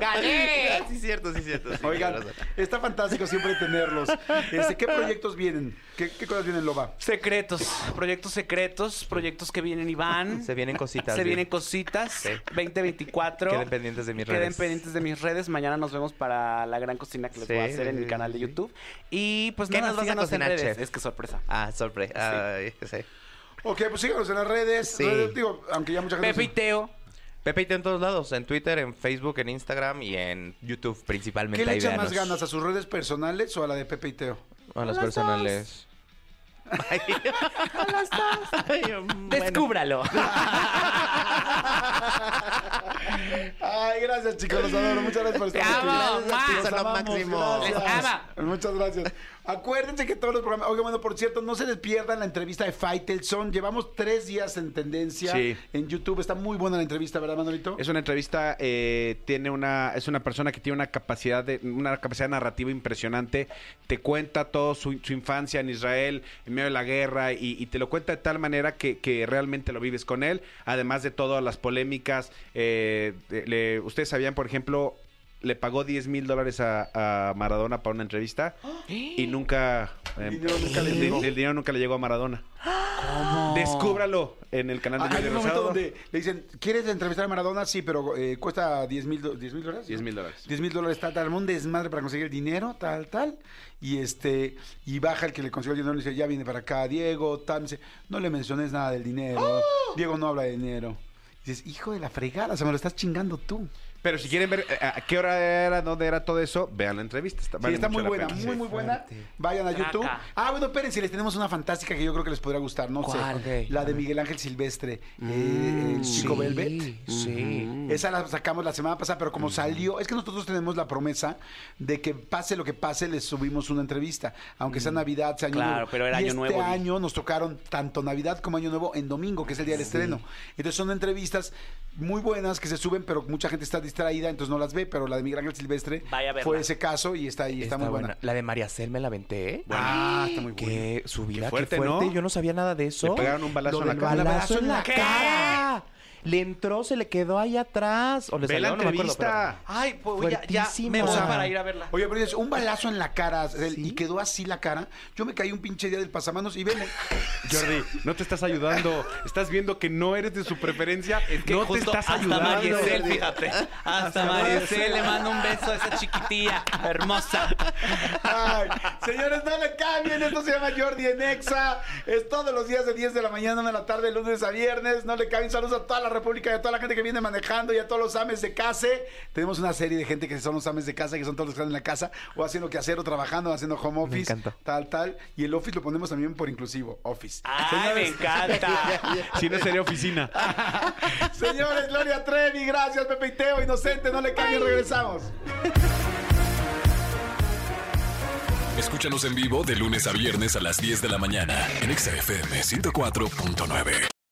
[SPEAKER 3] ¡Gané!
[SPEAKER 4] sí, cierto, sí, cierto. sí,
[SPEAKER 2] Oigan,
[SPEAKER 4] tienes razón.
[SPEAKER 2] está fantástico siempre tenerlos. Este, ¿Qué proyectos vienen? ¿Qué, qué cosas vienen, Loba?
[SPEAKER 3] Secretos, proyectos secretos, proyectos que vienen y van.
[SPEAKER 4] se vienen cositas.
[SPEAKER 3] Se
[SPEAKER 4] sí.
[SPEAKER 3] vienen cositas. 2024.
[SPEAKER 4] Queden pendientes de mis
[SPEAKER 3] Queden
[SPEAKER 4] redes.
[SPEAKER 3] pendientes de mis redes. Mañana nos vemos para la gran cocina que les
[SPEAKER 4] Sí,
[SPEAKER 3] voy a hacer en
[SPEAKER 4] sí,
[SPEAKER 3] mi canal de
[SPEAKER 4] sí.
[SPEAKER 3] YouTube. Y pues
[SPEAKER 4] ¿Qué
[SPEAKER 3] nada,
[SPEAKER 4] nos vas a
[SPEAKER 3] síganos en
[SPEAKER 4] cocinar,
[SPEAKER 3] redes.
[SPEAKER 4] chef?
[SPEAKER 3] Es que sorpresa.
[SPEAKER 4] Ah, sorpresa. Ay, sí.
[SPEAKER 2] Ok, pues síganos en las redes.
[SPEAKER 4] Sí.
[SPEAKER 2] Redes, Digo, aunque ya mucha gente...
[SPEAKER 3] Pepe y Teo.
[SPEAKER 4] Pepe y Teo en todos lados, en Twitter, en Facebook, en Instagram y en YouTube principalmente.
[SPEAKER 2] ¿Qué le
[SPEAKER 4] Ahí
[SPEAKER 2] echan más
[SPEAKER 4] véanos.
[SPEAKER 2] ganas a sus redes personales o a la de Pepe y Teo?
[SPEAKER 4] a las personales? Mm,
[SPEAKER 3] Descúbralo.
[SPEAKER 2] Ay, gracias, chicos. Los adoro. Muchas gracias por estar
[SPEAKER 3] Te
[SPEAKER 2] aquí.
[SPEAKER 3] amo,
[SPEAKER 2] Gracias,
[SPEAKER 3] ma.
[SPEAKER 2] chicos,
[SPEAKER 4] Son lo
[SPEAKER 2] amamos,
[SPEAKER 4] máximo.
[SPEAKER 2] gracias.
[SPEAKER 3] Les ama.
[SPEAKER 2] Muchas gracias. Acuérdense que todos los programas. Oigan, bueno, por cierto, no se les pierdan la entrevista de Faitelson. Llevamos tres días en tendencia
[SPEAKER 5] Sí.
[SPEAKER 2] en YouTube. Está muy buena la entrevista, ¿verdad, Manolito?
[SPEAKER 5] Es una entrevista, eh, tiene una, es una persona que tiene una capacidad de, una capacidad narrativa impresionante. Te cuenta todo su, su infancia en Israel, en medio de la guerra, y, y te lo cuenta de tal manera que, que realmente lo vives con él. Además de todas las polémicas, eh, de- le- ustedes sabían, por ejemplo, le pagó 10 mil dólares a, a Maradona para una entrevista y nunca, eh,
[SPEAKER 2] El dinero nunca le
[SPEAKER 5] el-
[SPEAKER 2] llegó.
[SPEAKER 5] el dinero nunca le llegó a Maradona.
[SPEAKER 3] Ah.
[SPEAKER 5] Descúbralo en el canal de
[SPEAKER 2] Ah, Hay
[SPEAKER 5] Jordi
[SPEAKER 2] un momento
[SPEAKER 5] Rosado.
[SPEAKER 2] donde le dicen, ¿quieres entrevistar a Maradona? Sí, pero eh, cuesta 10 mil do- 10 mil dólares.
[SPEAKER 5] 10 mil dólares.
[SPEAKER 2] 10 mil dólares, tal, tal, un desmadre para conseguir el dinero, tal, tal. Y este, y baja el que le consiguió el dinero y le dice, ya viene para acá, Diego, tal. Me dice, no le menciones nada del dinero. Diego no habla de dinero. Y dices, hijo de la fregada, se me lo estás chingando tú.
[SPEAKER 5] Pero si quieren ver eh, a qué hora era, dónde era todo eso, vean la entrevista. Está,
[SPEAKER 2] Sí,
[SPEAKER 5] vale
[SPEAKER 2] está muy
[SPEAKER 5] mucho la
[SPEAKER 2] buena,
[SPEAKER 5] pena.
[SPEAKER 2] muy,
[SPEAKER 5] Sí.
[SPEAKER 2] muy buena. Vayan a
[SPEAKER 6] Traca.
[SPEAKER 2] YouTube. Ah, bueno, espérense, les tenemos una fantástica que yo creo que les podría gustar, no
[SPEAKER 4] ¿Cuál?
[SPEAKER 2] sé.
[SPEAKER 4] Ok.
[SPEAKER 2] La de Miguel Ángel Silvestre,
[SPEAKER 3] Mm,
[SPEAKER 2] eh, el chico Velvet.
[SPEAKER 4] Sí.
[SPEAKER 2] Esa la sacamos la semana pasada, pero como salió, es que nosotros tenemos la promesa de que pase lo que pase, les subimos una entrevista, aunque sea Navidad, sea Año
[SPEAKER 3] Claro,
[SPEAKER 2] Nuevo.
[SPEAKER 3] pero era
[SPEAKER 2] Y
[SPEAKER 3] Año
[SPEAKER 2] este
[SPEAKER 3] Nuevo,
[SPEAKER 2] año nos tocaron tanto Navidad como Año Nuevo en domingo, que es el día del estreno. Entonces son entrevistas muy buenas que se suben, pero mucha gente está distraída, entonces no las ve, pero la de Miguel Ángel Silvestre
[SPEAKER 6] Vaya a verla.
[SPEAKER 2] fue ese caso y está ahí, está, muy buena.
[SPEAKER 4] La de María Cel me la aventé.
[SPEAKER 2] Ah, está muy buena.
[SPEAKER 4] Que subí la
[SPEAKER 5] fuerte,
[SPEAKER 4] fuerte, fuerte.
[SPEAKER 5] ¿no?
[SPEAKER 4] Yo no sabía nada de eso.
[SPEAKER 5] Le pegaron un balazo
[SPEAKER 4] Lo
[SPEAKER 5] en la
[SPEAKER 4] del
[SPEAKER 5] cara.
[SPEAKER 4] balazo en la
[SPEAKER 2] ¿Qué?
[SPEAKER 4] cara. Le entró, se le quedó ahí atrás. O le
[SPEAKER 5] Ve la
[SPEAKER 4] salió, no me acuerdo,
[SPEAKER 5] entrevista.
[SPEAKER 3] Ay, pues ya, ya me
[SPEAKER 4] Fuertísima.
[SPEAKER 3] voy
[SPEAKER 4] O sea,
[SPEAKER 3] para ir a verla.
[SPEAKER 2] Oye, pero dices, un balazo en la cara Adel,
[SPEAKER 4] ¿Sí?
[SPEAKER 2] y quedó así la cara. Yo me caí un pinche día del pasamanos y veme.
[SPEAKER 5] Jordi, no te estás ayudando. Estás viendo que no eres de su preferencia.
[SPEAKER 3] Que
[SPEAKER 5] no te
[SPEAKER 3] justo
[SPEAKER 5] estás
[SPEAKER 3] hasta
[SPEAKER 5] ayudando.
[SPEAKER 3] Maricel, fíjate. Hasta Maricel le mando un beso a esa chiquitilla hermosa.
[SPEAKER 2] Ay, señores, no le cambien. Esto se llama Jordi en Exa. Es todos los días de 10 de la mañana, 1 de la tarde, lunes a viernes. No le cambien. Saludos a toda la República y a toda la gente que viene manejando y a todos los ames de casa. Tenemos una serie de gente que son los ames de casa, que son todos los que están en la casa o haciendo quehacer o trabajando, haciendo home office.
[SPEAKER 4] encantó.
[SPEAKER 2] Tal, tal. Y el office lo ponemos también por inclusivo. Office.
[SPEAKER 3] Ay, me encanta.
[SPEAKER 5] Si Ah, no sería oficina.
[SPEAKER 2] Señores, Gloria Trevi, gracias, Pepe y Teo, Inocente, no le cambien, regresamos.
[SPEAKER 1] Escúchanos en vivo de lunes a viernes a las 10 de la mañana en Exa FM 104.9.